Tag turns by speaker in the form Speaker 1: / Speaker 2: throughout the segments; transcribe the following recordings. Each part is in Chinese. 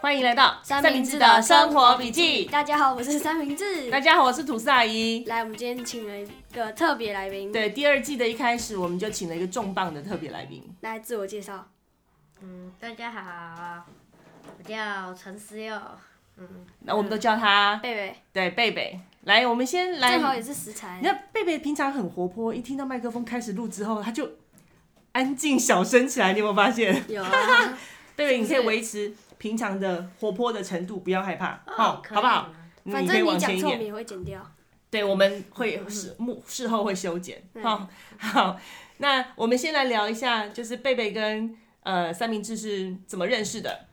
Speaker 1: 欢迎来到
Speaker 2: 三明治的生活
Speaker 1: 笔记。
Speaker 2: 大家好，我是三明治。
Speaker 1: 大家好，我是吐司阿姨。
Speaker 2: 来，我们今天请了一个特别来宾，，
Speaker 1: 对，第二季的一开始，我们就请了一个重磅的特别来宾。
Speaker 2: 来自我介绍。
Speaker 3: 嗯，大家好，我叫陈思佑。嗯
Speaker 1: 那我们都叫他
Speaker 2: 贝贝，
Speaker 1: 对贝贝。来，我们先来
Speaker 2: 正，好也是食材
Speaker 1: 你。看贝贝平常很活泼，一听到麦克风开始录之后，他就安静小声起来。你有没有发现？
Speaker 2: 有啊，
Speaker 1: 贝贝，你可以
Speaker 3: 是
Speaker 1: 维持平常的活泼的程度，不要害怕，
Speaker 3: 哦
Speaker 1: 好，
Speaker 3: 可以
Speaker 1: 好不好？嗯
Speaker 2: 反
Speaker 1: 你可以
Speaker 2: 正
Speaker 1: 往
Speaker 2: 你讲
Speaker 1: 前一
Speaker 2: 错，我
Speaker 1: 点
Speaker 2: 们。也会剪掉。
Speaker 1: 对，我们会事幕事后会修剪。
Speaker 2: 嗯
Speaker 1: 好、好，那我们先来聊一下，就是贝贝跟呃三明治是怎么认识的？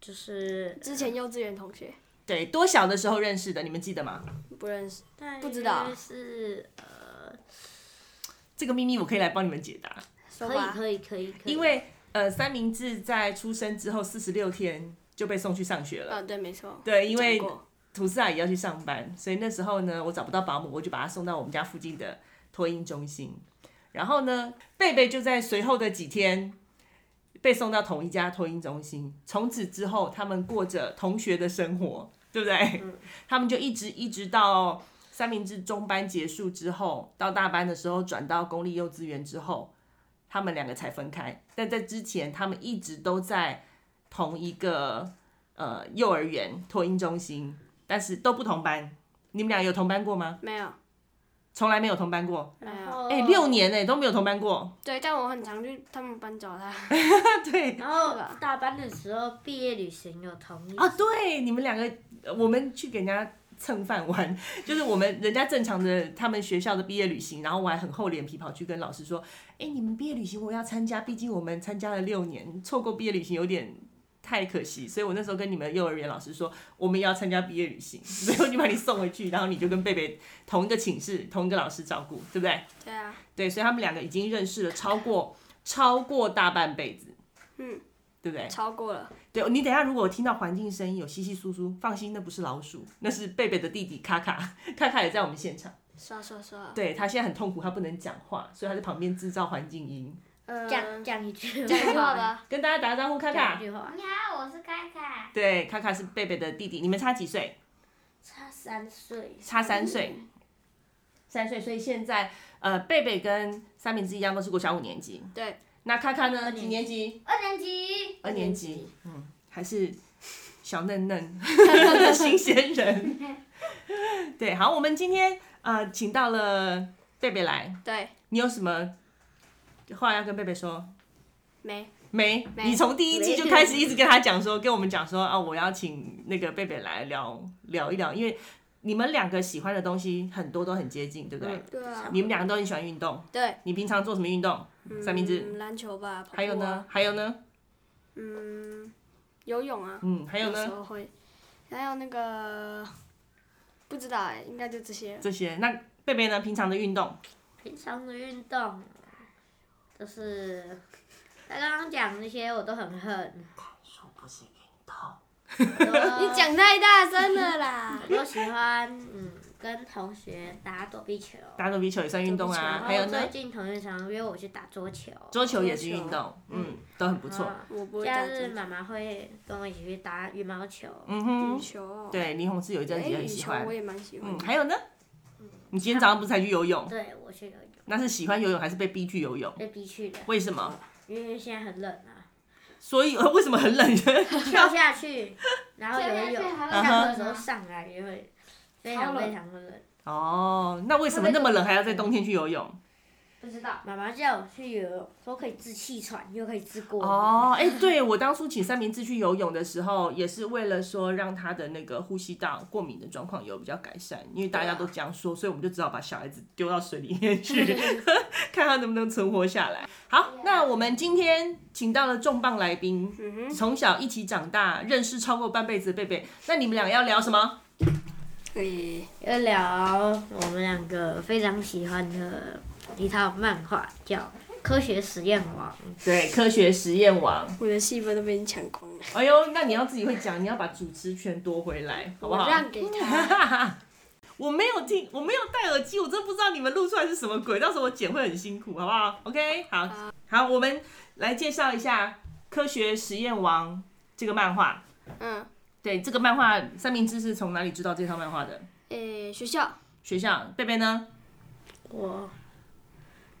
Speaker 3: 就是
Speaker 2: 之前幼稚园同学
Speaker 1: 对，多小的时候认识的？你们记得吗？
Speaker 2: 不认识，不知
Speaker 3: 大
Speaker 2: 道
Speaker 3: 约是呃，
Speaker 1: 这个秘密我可以来帮你们解答，
Speaker 2: 说
Speaker 3: 可以
Speaker 2: 吧，
Speaker 3: 可以可以可以，
Speaker 1: 因为呃三明治在出生之后四十六天就被送去上学了。
Speaker 2: 嗯，对，没错。
Speaker 1: 对，因为
Speaker 2: 讲过
Speaker 1: 吐司阿姨要去上班，所以那时候呢，我找不到保姆，我就把她送到我们家附近的托婴中心。然后呢，贝贝就在随后的几天被送到同一家托婴中心。从此之后，他们过着同学的生活，对不对？他们就一直一直到三明治中班结束之后，到大班的时候转到公立幼稚园之后，他们两个才分开。但在之前，他们一直都在同一个呃幼儿园托婴中心，但是都不同班。你们俩有同班过吗？
Speaker 2: 没有，
Speaker 1: 从来没有同班过。
Speaker 3: 然后
Speaker 1: 哎、六年哎、都没有同班过。
Speaker 2: 对，但我很常去他们班找他。
Speaker 1: 对
Speaker 3: 然后大班的时候毕业旅行有同一
Speaker 2: 哦
Speaker 1: 啊，对，你们两个，呃我们去给人家蹭饭玩， 就是我们人家正常的他们学校的毕业旅行，然后我还很厚脸皮跑去跟老师说，哎、你们毕业旅行我要参加，毕竟我们参加了六年，错过毕业旅行有点。太可惜，所以我那时候跟你们幼儿园老师说，我们也要参加毕业旅行，所以我就把你送回去，然后你就跟贝贝同一个寝室，同一个老师照顾，对不对？
Speaker 2: 对啊，
Speaker 1: 对，所以他们两个已经认识了超过超过大半辈子，
Speaker 2: 嗯，
Speaker 1: 对不对？
Speaker 2: 超过了，
Speaker 1: 对你等一下，如果我听到环境声音有稀稀疏疏，放心，那不是老鼠，那是贝贝的弟弟卡卡。卡卡也在我们现场，
Speaker 2: 刷刷刷。
Speaker 1: 对他现在很痛苦，他不能讲话，所以他在旁边制造环境音。
Speaker 2: 嗯，
Speaker 3: 讲讲一句
Speaker 2: 讲一话
Speaker 3: 话，
Speaker 2: 吧，
Speaker 1: 跟大家打个招呼，卡
Speaker 3: 呃讲一
Speaker 1: 卡。
Speaker 3: 句话，
Speaker 4: 你好，我是凯凯，
Speaker 1: 对，卡卡是贝贝的弟弟，你们差几岁？
Speaker 3: 差三岁，
Speaker 1: 差三岁，三岁。所以现在，呃，贝贝跟三明治一样，都是国小五年级。
Speaker 2: 对，
Speaker 1: 那卡卡呢？
Speaker 3: 二年级
Speaker 1: 几年级？
Speaker 4: 二年级。
Speaker 1: 二年
Speaker 3: 年
Speaker 1: 级
Speaker 3: 级，
Speaker 1: 嗯，还是小嫩嫩的新鲜人。对，好，我们今天呃，请到了贝贝来，
Speaker 2: 对，
Speaker 1: 你有什么话要跟贝贝说？
Speaker 2: 没，
Speaker 1: 没，
Speaker 2: 没
Speaker 1: 你从第一季就开始一直跟他讲说，跟我们讲说啊，我要请那个贝贝来聊聊一聊，因为你们两个喜欢的东西很多都很接近，对不对？
Speaker 3: 嗯
Speaker 2: 对啊，
Speaker 1: 你们两个都很喜欢运动，
Speaker 2: 对，
Speaker 1: 你平常做什么运动？三明治，
Speaker 2: 嗯，篮球吧，跑步啊
Speaker 1: 还有呢？？还有呢？
Speaker 2: 嗯，游泳啊，
Speaker 1: 嗯，还有
Speaker 2: 时
Speaker 1: 呢？
Speaker 2: 候会，还有那个不知道哎、应该就这些。
Speaker 1: 这些。那贝贝呢？平常的运动？
Speaker 3: 平常的运动啊就是他刚刚讲那些我都很恨，我都
Speaker 2: 你讲太大声了啦！
Speaker 3: 我都喜欢嗯跟同学打躲避球，
Speaker 1: 打躲避球也算运动
Speaker 3: 然
Speaker 1: 啊，
Speaker 3: 后
Speaker 1: 还有
Speaker 3: 最
Speaker 1: 呢，
Speaker 3: 近同学常约我去打桌球，
Speaker 1: 桌球也是运动，嗯，都很不
Speaker 3: 不
Speaker 1: 错。。
Speaker 2: 我不会
Speaker 3: 假
Speaker 2: 打
Speaker 3: 日
Speaker 2: 针。
Speaker 3: 妈妈会跟我一起去打羽毛球，
Speaker 1: 嗯
Speaker 2: 羽
Speaker 1: 哼，
Speaker 2: 球，哦
Speaker 1: 对，林宏志有一阵子也
Speaker 2: 哎，
Speaker 1: 很
Speaker 2: 羽
Speaker 1: 喜
Speaker 2: 球
Speaker 1: 欢
Speaker 2: 我。也嗯蛮喜欢
Speaker 1: 嗯，
Speaker 2: 的。
Speaker 1: 还有呢？你今天早上不是才去游泳？
Speaker 3: 对我去游泳，
Speaker 1: 那是喜欢游泳还是被逼去游泳？
Speaker 3: 被逼去的，
Speaker 1: 为什么？
Speaker 2: 嗯
Speaker 3: 因为现在很冷啊，
Speaker 1: 所以 为什么很冷？
Speaker 3: 跳下 去，然后游
Speaker 4: 跳下去
Speaker 3: 泳，
Speaker 4: 还会
Speaker 3: 下课的时
Speaker 4: 冷
Speaker 3: 候
Speaker 4: 吗
Speaker 3: 上来也会非常
Speaker 2: 超冷
Speaker 3: 非常的冷。
Speaker 1: 哦，那为什么那么冷还要在冬天去游泳？
Speaker 4: 不知道，
Speaker 3: 妈妈叫我去游泳，说可以治气喘，又可以治过敏。
Speaker 1: 哦，哎、对我当初请三明治去游泳的时候，也是为了说让他的那个呼吸道过敏的状况有比较改善，因为大家都这样说，所以我们就只好把小孩子丢到水里面去， 看他能不能存活下来。好，那我们今天请到了重磅来宾，
Speaker 2: 嗯哼，
Speaker 1: 从小一起长大，认识超过半辈子的贝贝，那你们俩要聊什么？
Speaker 2: 诶，
Speaker 3: 要聊我们两个非常喜欢的一套漫画，叫《科学实验王
Speaker 1: 对，科学实验王。
Speaker 2: 我的戏份都被你抢光了，
Speaker 1: 哎呦，那你要自己会讲，你要把主持权夺回来，好不好？
Speaker 2: 我让给他。
Speaker 1: 我没有听，我没有戴耳机，我真不知道你们录出来是什么鬼，到时候我剪会很辛苦，好不好？OK，好，好，我们来介绍一下《科学实验王》这个漫画。
Speaker 2: 嗯，
Speaker 1: 对，这个漫画三明治是从哪里知道这套漫画的？
Speaker 2: 诶、学校
Speaker 1: 学校，贝贝呢？
Speaker 3: 我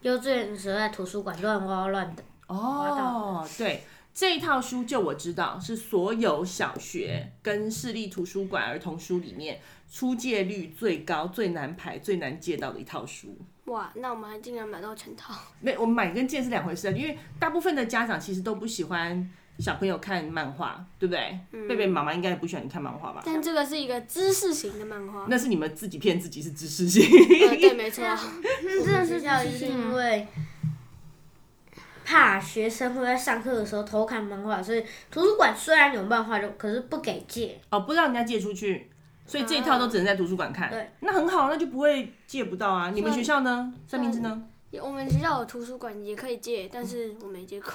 Speaker 3: 幼稚园的时候在图书馆乱挖乱的，挖到
Speaker 1: 哦，对，这一套书就我知道是所有小学跟市立图书馆儿童书里面出借率最高、最难排、最难借到的一套书。
Speaker 2: 哇，那我们还竟然买到成套，
Speaker 1: 没，我们买跟借是两回事啊，因为大部分的家长其实都不喜欢小朋友看漫画，对不对？贝贝妈妈应该也不喜欢你看漫画吧？
Speaker 2: 嗯但这个是一个知识型的漫画。
Speaker 1: 那是你们自己骗自己是知识性。
Speaker 2: 呃，对，没错，
Speaker 3: 真的是就是因为怕学生会在上课的时候偷看漫画，所以图书馆虽然有漫画，就可是不给借。
Speaker 1: 哦，不让人家借出去，所以这一套都只能在图书馆
Speaker 2: 嗯
Speaker 1: 看。
Speaker 3: 对，
Speaker 1: 那很好，那就不会借不到啊。你们学校呢？三明治呢？
Speaker 2: 我们学校有图书馆也可以借，但是我没借 过。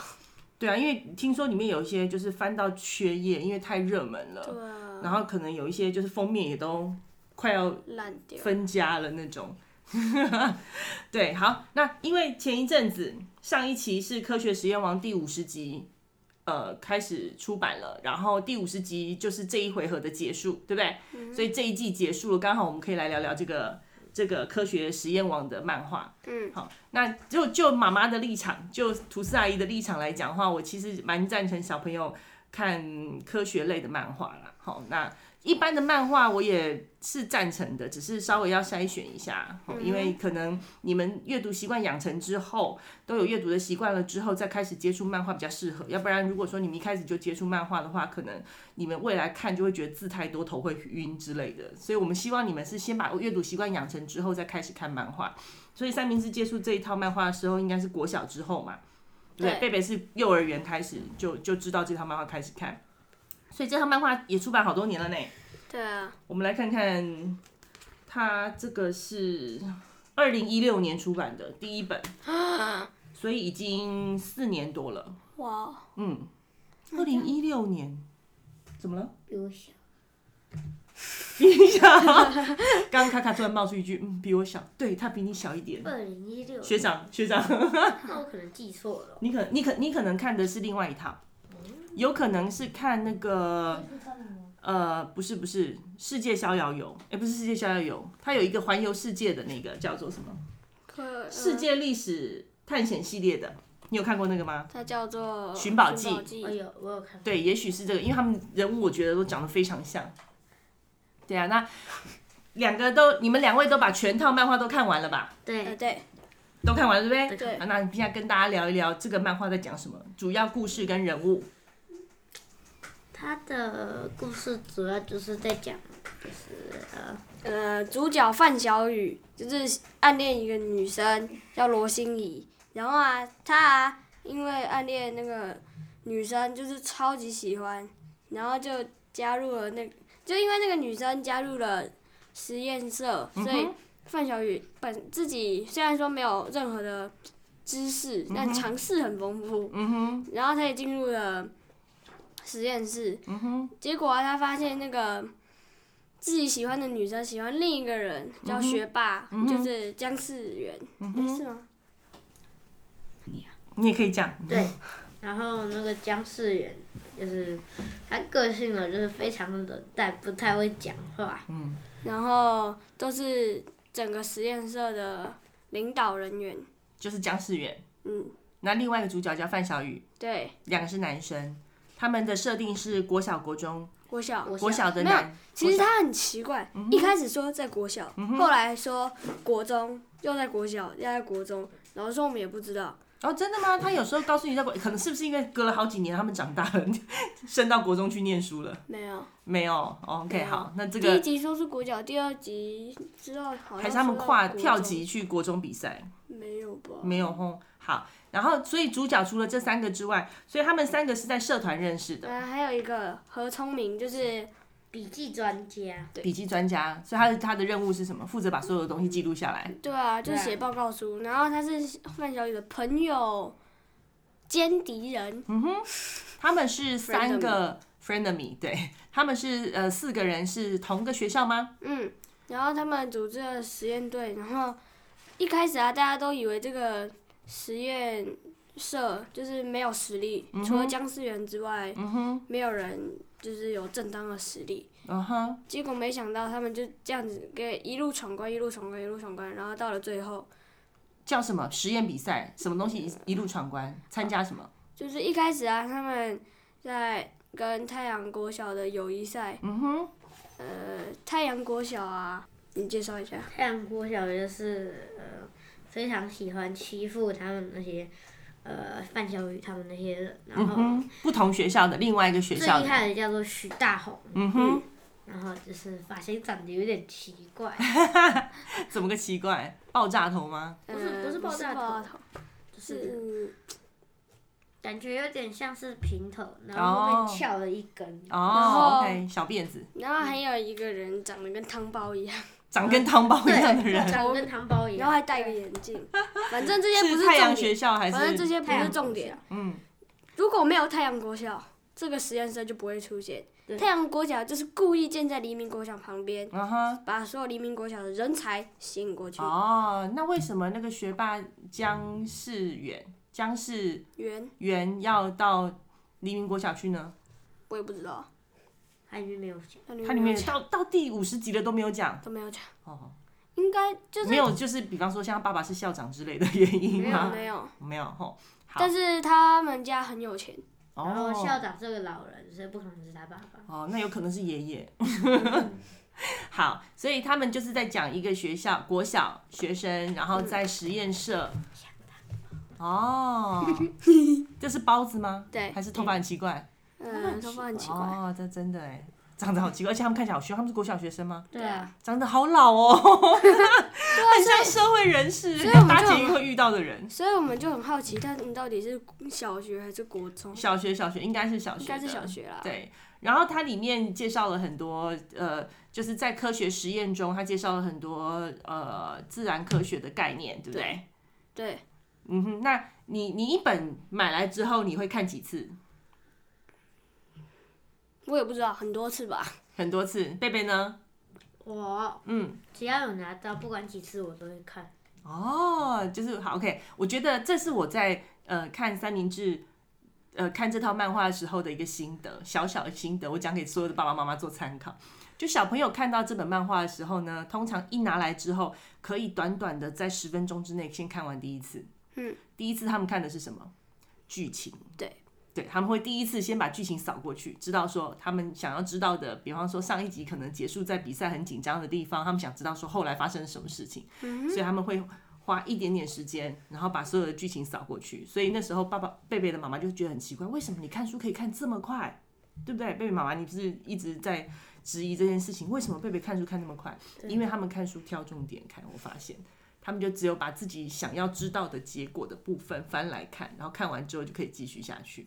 Speaker 1: 对啊，因为听说里面有一些就是翻到缺页，因为太热门了，
Speaker 2: 对啊，
Speaker 1: 然后可能有一些就是封面也都快要
Speaker 2: 烂掉。
Speaker 1: 分家了那种。 对，好，那因为前一阵子上一期是《科学实验王》第五十集，呃，开始出版了，然后第五十集就是这一回合的结束，对不对？所以这一季结束了，刚好我们可以来聊聊这个这个《科学实验王》的漫画。
Speaker 2: 嗯，
Speaker 1: 好，那就就妈妈的立场，就图斯阿姨的立场来讲的话，我其实蛮赞成小朋友看科学类的漫画啦。好，那一般的漫画我也是赞成的，只是稍微要筛选一下，好因为可能你们阅读习惯养成之后，都有阅读的习惯了之后，再开始接触漫画比较适合。要不然，如果说你们一开始就接触漫画的话，可能你们未来看就会觉得字太多，头会晕之类的。所以我们希望你们是先把阅读习惯养成之后，再开始看漫画。所以三明治接触这一套漫画的时候，应该是国小之后嘛，对不对？贝贝是幼儿园开始就就知道这套漫画开始看，所以这套漫画也出版好多年了呢。
Speaker 2: 对啊，
Speaker 1: 我们来看看，它这个是二零一六年出版的第一本，所以已经四年多了。
Speaker 2: 哇，
Speaker 1: 嗯，二零一六年，怎么了？
Speaker 3: 比我小，
Speaker 1: 比你小。刚刚卡卡突然冒出一句，嗯，比我小，对他比你小一点。
Speaker 3: 二零一六，
Speaker 1: 学长，学长，
Speaker 3: 那我可能记错了。
Speaker 1: 你可你可你可能看的是另外一套，有可能是看那个呃，不是不是世界逍遥游，哎、不是世界逍遥游，它有一个环游世界的那个叫做什么
Speaker 2: 可
Speaker 1: 世界历史探险系列的，你有看过那个吗？
Speaker 2: 它叫做《
Speaker 1: 哦寻宝记
Speaker 3: 我有，哎我有看。
Speaker 1: 对，也许是这个，因为他们人物我觉得都长得非常像。对啊，那两个都你们两位都把全套漫画都看完了吧？
Speaker 2: 呃，
Speaker 3: 对，
Speaker 2: 对，
Speaker 1: 都看完了对不对？
Speaker 2: 对
Speaker 1: 啊那你现在跟大家聊一聊这个漫画在讲什么，主要故事跟人物。
Speaker 3: 他的故事主要就是在讲，就是呃，
Speaker 2: 呃，主角范小雨就是暗恋一个女生叫罗心怡，然后啊，他啊因为暗恋那个女生就是超级喜欢，然后就加入了那，就因为那个女生加入了实验社，
Speaker 1: 嗯
Speaker 2: 所以范小雨本自己虽然说没有任何的知识，但尝试很丰富，
Speaker 1: 嗯哼，
Speaker 2: 然后他也进入了实验室，
Speaker 1: 嗯哼，
Speaker 2: 结果啊，他发现那个自己喜欢的女生喜欢另一个人，
Speaker 1: 嗯
Speaker 2: 叫学霸，就是姜世元，诶是吗？
Speaker 1: 你也可以讲。
Speaker 3: 对，然后那个姜世元就是他个性呢，就是非常冷淡，不太会讲话。
Speaker 2: 然后都是整个实验社的领导人员，
Speaker 1: 就是姜世远，
Speaker 2: 嗯，
Speaker 1: 那另外一个主角叫范小雨，
Speaker 2: 对，
Speaker 1: 两个是男生，他们的设定是国小、国中、
Speaker 2: 国小。
Speaker 3: 我
Speaker 1: 国小的
Speaker 2: 没有
Speaker 1: 男，
Speaker 2: 其实他很奇怪，
Speaker 1: 嗯
Speaker 2: 一开始说在国小，后来说国中，又在国小，又在国中，然后说我们也不知道，
Speaker 1: 哦，真的吗？他有时候告诉你在国， 可能是不是因为隔了好几年，他们长大了， 升到国中去念书了？
Speaker 2: 没有。
Speaker 1: 没有哦，OK，
Speaker 2: 没有
Speaker 1: 好，那这
Speaker 2: 嗯第一
Speaker 1: 个
Speaker 2: 集说是国小，第二集之后好像
Speaker 1: 还是他们
Speaker 2: 说到
Speaker 1: 跨
Speaker 2: 国中
Speaker 1: 跳，级去国中比赛，
Speaker 2: 没有吧？
Speaker 1: 没有吼。好，然后所以主角除了这三个之外，所以他们三个是在社团认识的，
Speaker 2: 呃，还有一个何聪明，就是
Speaker 3: 笔记专家，
Speaker 2: 对
Speaker 1: 笔记专家，所以他的他的任务是什么？负责把所有的东西记录下来。
Speaker 2: 对啊，就
Speaker 3: 对啊
Speaker 2: 写报告书，然后他是范小雨的朋友兼敌人，
Speaker 3: 嗯
Speaker 1: 他们是三个 frenemy，对，他们是呃四个人是同个学校吗？
Speaker 2: 嗯，然后他们组织了实验队，然后一开始啊，大家都以为这个实验
Speaker 3: 嗯
Speaker 2: 社就是没有实力，除了姜思源之外，没有人就是有正当的实力，
Speaker 1: 嗯哼，
Speaker 2: 结果没想到他们就这样子给一路闯关，一路闯关，一路闯关，然后到了最后，
Speaker 1: 叫什么实验比赛？什么东西一一路闯关？参加什么？
Speaker 2: 就是一开始啊，他们在跟太阳国小的友谊赛，
Speaker 1: 嗯哼，
Speaker 2: 呃，太阳国小啊，你介绍一下。
Speaker 3: 太阳国小就是呃非常喜欢欺负他们那些呃范小雨他们那些人，然
Speaker 1: 嗯
Speaker 3: 后
Speaker 1: 哼，不同学校的另外一个学
Speaker 3: 最
Speaker 1: 校
Speaker 3: 厉
Speaker 1: 的，
Speaker 3: 害的叫做许大红，
Speaker 1: 嗯哼，
Speaker 3: 然后就是发型长得有点奇 怪，
Speaker 1: 怎么个奇怪？爆炸头吗？
Speaker 3: 不是
Speaker 2: 呃
Speaker 3: 不是爆炸头
Speaker 2: 爆头，
Speaker 3: 就是
Speaker 2: 是嗯
Speaker 3: 感觉有点像是平头，然后后面翘了一根，
Speaker 2: 然后
Speaker 1: 哦，OK，小辫子，
Speaker 2: 然后还有一个人长得跟汤包一样，
Speaker 1: 长跟汤包一样的
Speaker 3: 对，
Speaker 1: 人，
Speaker 3: 长得跟糖包一
Speaker 2: 然后
Speaker 3: 样。
Speaker 2: 还戴个眼镜， 反正这些不
Speaker 1: 是太阳
Speaker 2: 重
Speaker 1: 学
Speaker 2: 点，
Speaker 1: 校还
Speaker 2: 反正这
Speaker 1: 是？
Speaker 2: 些不
Speaker 3: 太阳
Speaker 2: 是
Speaker 3: 国
Speaker 2: 重点。
Speaker 1: 嗯，
Speaker 2: 如果没有太阳国小，这个实验室就不会出现。
Speaker 3: 对
Speaker 2: 太阳国小就是故意建在黎明国小旁边，
Speaker 1: 嗯哼。
Speaker 2: 把所有黎明国小的人才吸引过去。
Speaker 1: 哦，那为什么那个学霸姜世远、姜世
Speaker 2: 圆，
Speaker 1: 元要到黎明国小去呢？
Speaker 2: 我也不知道，
Speaker 3: 他里面没有讲，
Speaker 2: 它里
Speaker 1: 它里面
Speaker 2: 有
Speaker 1: 到到第五十集了都没有讲
Speaker 2: 都没有讲，
Speaker 1: 哦，
Speaker 2: 应该就是
Speaker 1: 没有，就是比方说像他爸爸是校长之类的原因
Speaker 3: 没有
Speaker 1: 吗？
Speaker 2: 没有，
Speaker 1: 没有吼，好
Speaker 2: 但是呃他们家很有钱，
Speaker 3: 然后
Speaker 1: 哦
Speaker 3: 校长是个老人，所以不可能是他爸爸。
Speaker 1: 哦，那有可能是爷爷。
Speaker 2: 嗯
Speaker 1: 好，所以他们就是在讲一个学校国小学生，然后在实
Speaker 2: 嗯
Speaker 1: 验社。 哦，这是包子吗？
Speaker 2: 对
Speaker 1: 还是头发很奇怪？
Speaker 2: 嗯，头发很奇怪，
Speaker 1: 哦，这真的哎，长得好奇怪，而且他们看起来好凶，他们是国小学生吗？
Speaker 3: 对啊，
Speaker 1: 长得好老哦， 很像社会人士
Speaker 2: 啊所以我，们
Speaker 1: 搭
Speaker 2: 就
Speaker 1: 捷
Speaker 2: 很
Speaker 1: 运会遇到的人。
Speaker 2: 所以我们就很好奇，他们到底是小学还是国中？
Speaker 1: 小学，小学应该是小学，
Speaker 2: 应该是小。学啦。
Speaker 1: 对，然后它里面介绍了很多，呃，就是在科学实验中，它介绍了很多呃自然科学的概念，对不对？
Speaker 2: 对，
Speaker 1: 嗯哼，那你你一本买来之后，你会看几次？
Speaker 2: 我也不知道，很多次吧。
Speaker 1: 很多次。贝贝呢？
Speaker 3: 啊我
Speaker 1: 嗯，
Speaker 3: 只要有拿到，不管几次我都会看。
Speaker 1: 哦，就是好 OK，我觉得这是我在呃看三明治。呃，看这套漫画的时候的一个心得，小小的心得，我讲给所有的爸爸妈妈做参考。就小朋友看到这本漫画的时候呢，通常一拿来之后，可以短短的在十分钟之内先看完第一次。
Speaker 2: 嗯，
Speaker 1: 第一次他们看的是什么？剧情。
Speaker 2: 对，
Speaker 1: 对，他们会第一次先把剧情扫过去，知道说他们想要知道的，比方说上一集可能结束在比赛很紧张的地方，他们想知道说后来发生了什么事情，
Speaker 2: 嗯
Speaker 1: 所以他们会花一点点时间，然后把所有的剧情扫过去。所以那时候爸爸贝贝的妈妈就觉得很奇怪，为什么你看书可以看这么快，对不对？贝贝妈妈，你不是一直在质疑这件事情，为什么贝贝看书看那么快？因为他们看书挑重点看，我发现。他们就只有把自己想要知道的结果的部分翻来看，然后看完之后就可以继续下去。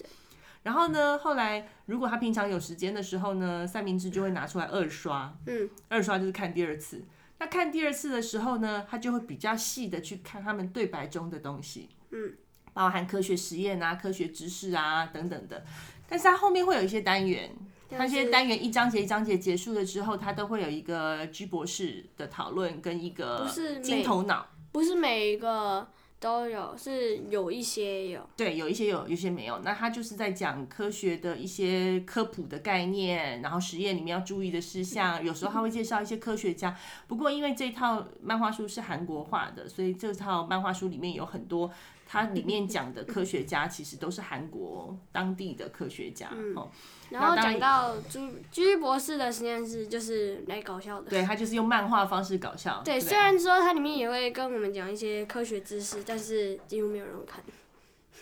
Speaker 1: 然后呢，后来如果他平常有时间的时候呢，三明治就会拿出来二刷，
Speaker 2: 嗯，
Speaker 1: 二刷就是看第二次。那看第二次的时候呢，他就会比较细的去看他们对白中的东西，
Speaker 2: 嗯，
Speaker 1: 包含科学实验啊、科学知识啊等等的。但是他后面会有一些单元，
Speaker 2: 啊
Speaker 1: 他这些单元一章节一章节结束了之后，他都会有一个居博士的讨论跟一
Speaker 2: 不
Speaker 1: 个
Speaker 2: 是每
Speaker 1: 金头脑。
Speaker 2: 不是每一个都有，是有一些有。
Speaker 1: 对，有一些有，有一些没有。那他就是在讲科学的一些科普的概念，然后实验里面要注意的事项。有时候他会介绍一些科学家，不过因为这套漫画书是韩国画的，所以这套漫画书里面有很多它里面讲的科学家其实都是韩国当地的科学家。
Speaker 2: 嗯
Speaker 1: 哦，
Speaker 2: 然后
Speaker 1: 那当
Speaker 2: 讲
Speaker 1: 然
Speaker 2: 到朱居博士的实验室，就是来搞笑的。
Speaker 1: 对，他就是用漫画方式搞笑。
Speaker 2: 对，
Speaker 1: 不
Speaker 2: 虽然说它里面也会跟我们讲一些科学知识，但是几乎没有人会看。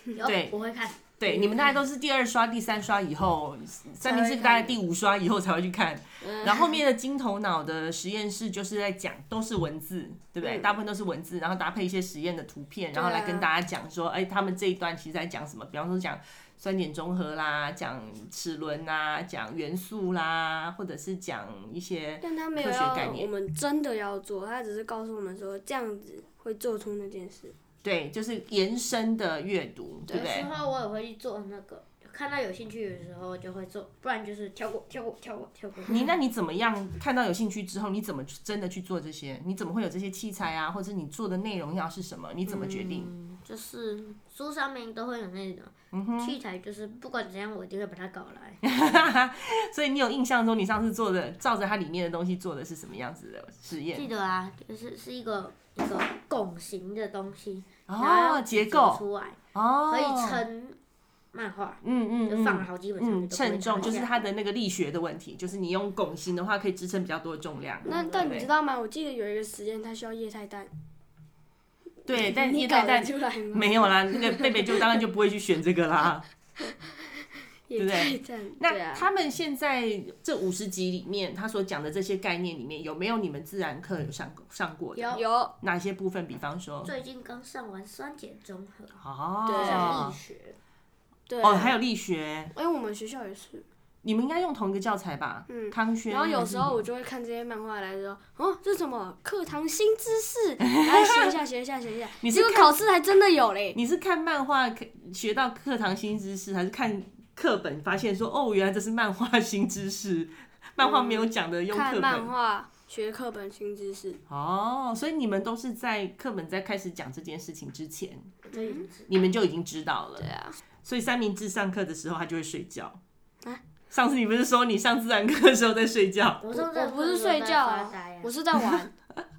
Speaker 3: 有
Speaker 1: 对
Speaker 3: 我会看。
Speaker 1: 对，
Speaker 2: 嗯
Speaker 1: 你们大概都是第二刷、第三刷以后，三明治大概第五刷以后才会去看。
Speaker 2: 嗯
Speaker 1: 然后后面的金头脑的实验室就是在讲，都是文字，对不对？
Speaker 2: 嗯
Speaker 1: 大部分都是文字，然后搭配一些实验的图片，然后
Speaker 2: 对啊
Speaker 1: 来跟大家讲说，哎，他们这一段其实在讲什么？比方说讲酸碱中和啦，讲齿轮啦，讲元素啦，或者是讲一些
Speaker 2: 但他没有
Speaker 1: 科学概
Speaker 2: 要
Speaker 1: 念
Speaker 2: 我们真的要做，他只是告诉我们说这样子会做出那件事。
Speaker 1: 对，就是延伸的阅读，对
Speaker 3: 有
Speaker 1: 不
Speaker 3: 时
Speaker 1: 对？
Speaker 3: 候我也会去做那个，看到有兴趣的时候就会做，不然就是跳过、跳过、跳过、跳过。
Speaker 1: 你那你怎么样看到有兴趣之后，你怎么去真的去做这些？你怎么会有这些器材啊？或者你做的内容要是什么？你怎么决定？
Speaker 4: 就是书上面都会有那种、
Speaker 1: 嗯
Speaker 4: 器材，就是不管怎样我一定会把它搞来。
Speaker 1: 所以你有印象中你上次做的，照着它里面的东西做的是什么样子的实验哦
Speaker 4: 记？得啊，就是是一个一个拱形的东西，然后
Speaker 1: 哦，
Speaker 4: 要
Speaker 1: 结
Speaker 4: 挤
Speaker 1: 构
Speaker 4: 出来，
Speaker 1: 哦，
Speaker 4: 可以撑漫画，
Speaker 1: 嗯嗯
Speaker 4: 就
Speaker 1: 嗯，
Speaker 4: 放好基本上
Speaker 1: 嗯，
Speaker 4: 就都不会
Speaker 1: 称重
Speaker 4: 塌
Speaker 1: 就是
Speaker 4: 下来
Speaker 1: 它的那个力学的问题，就是你用拱形的话可以支撑比较多的重量。
Speaker 2: 那
Speaker 1: 对
Speaker 2: 但
Speaker 1: 不
Speaker 2: 你知
Speaker 1: 嗯对
Speaker 2: 道吗？我记得有一个实验，它需要液态氮。
Speaker 1: 对，但
Speaker 2: 你
Speaker 1: 液
Speaker 2: 搞
Speaker 1: 态
Speaker 2: 得
Speaker 1: 氮嗯
Speaker 2: 出来吗？
Speaker 1: 没有啦，那个贝贝就当然就不会去选这个啦。对
Speaker 2: 液
Speaker 1: 不对
Speaker 2: 态氮，对
Speaker 1: 那
Speaker 2: 啊。
Speaker 1: 他们现在这五十集里面，他所讲的这些概念里面，有没有你们自然课有上上过的？
Speaker 4: 有
Speaker 2: 有
Speaker 1: 哪些部分？比方说，
Speaker 4: 最近刚上完酸碱中和，像力
Speaker 1: 哦，
Speaker 4: 学，
Speaker 2: 对啊
Speaker 1: 哦，还有力学，
Speaker 2: 哎，我们学校也是，
Speaker 1: 你们应该用同一个教材吧？
Speaker 2: 嗯
Speaker 1: 康轩。
Speaker 2: 然后有时候我就会看这些漫画来的时候，哦，这是什么课堂新知识，然后写一下写一下写一下，
Speaker 1: 你是
Speaker 2: 结果考试还真的有嘞。
Speaker 1: 你是看漫画学到课堂新知识，还是看课本发现说哦，原来这是漫画新 知识？漫画没有讲的
Speaker 2: 嗯
Speaker 1: 用
Speaker 2: 看
Speaker 1: 课
Speaker 2: 漫
Speaker 1: 本、
Speaker 2: 画学课本新知识，
Speaker 1: 哦，所以你们都是在课本在开始讲这件事情之前，
Speaker 4: 这也是
Speaker 1: 你们就已经知道了
Speaker 2: 对。啊，
Speaker 1: 所以三明治上课的时候他就会睡觉。
Speaker 2: 啊
Speaker 1: 上次你不是说你上自然课的时候在睡觉？
Speaker 4: 我
Speaker 2: 我
Speaker 4: 上次
Speaker 2: 我不是
Speaker 4: 有
Speaker 2: 睡
Speaker 4: 在
Speaker 2: 觉
Speaker 4: 发
Speaker 2: 啊
Speaker 4: 呆啊
Speaker 2: 我是在玩。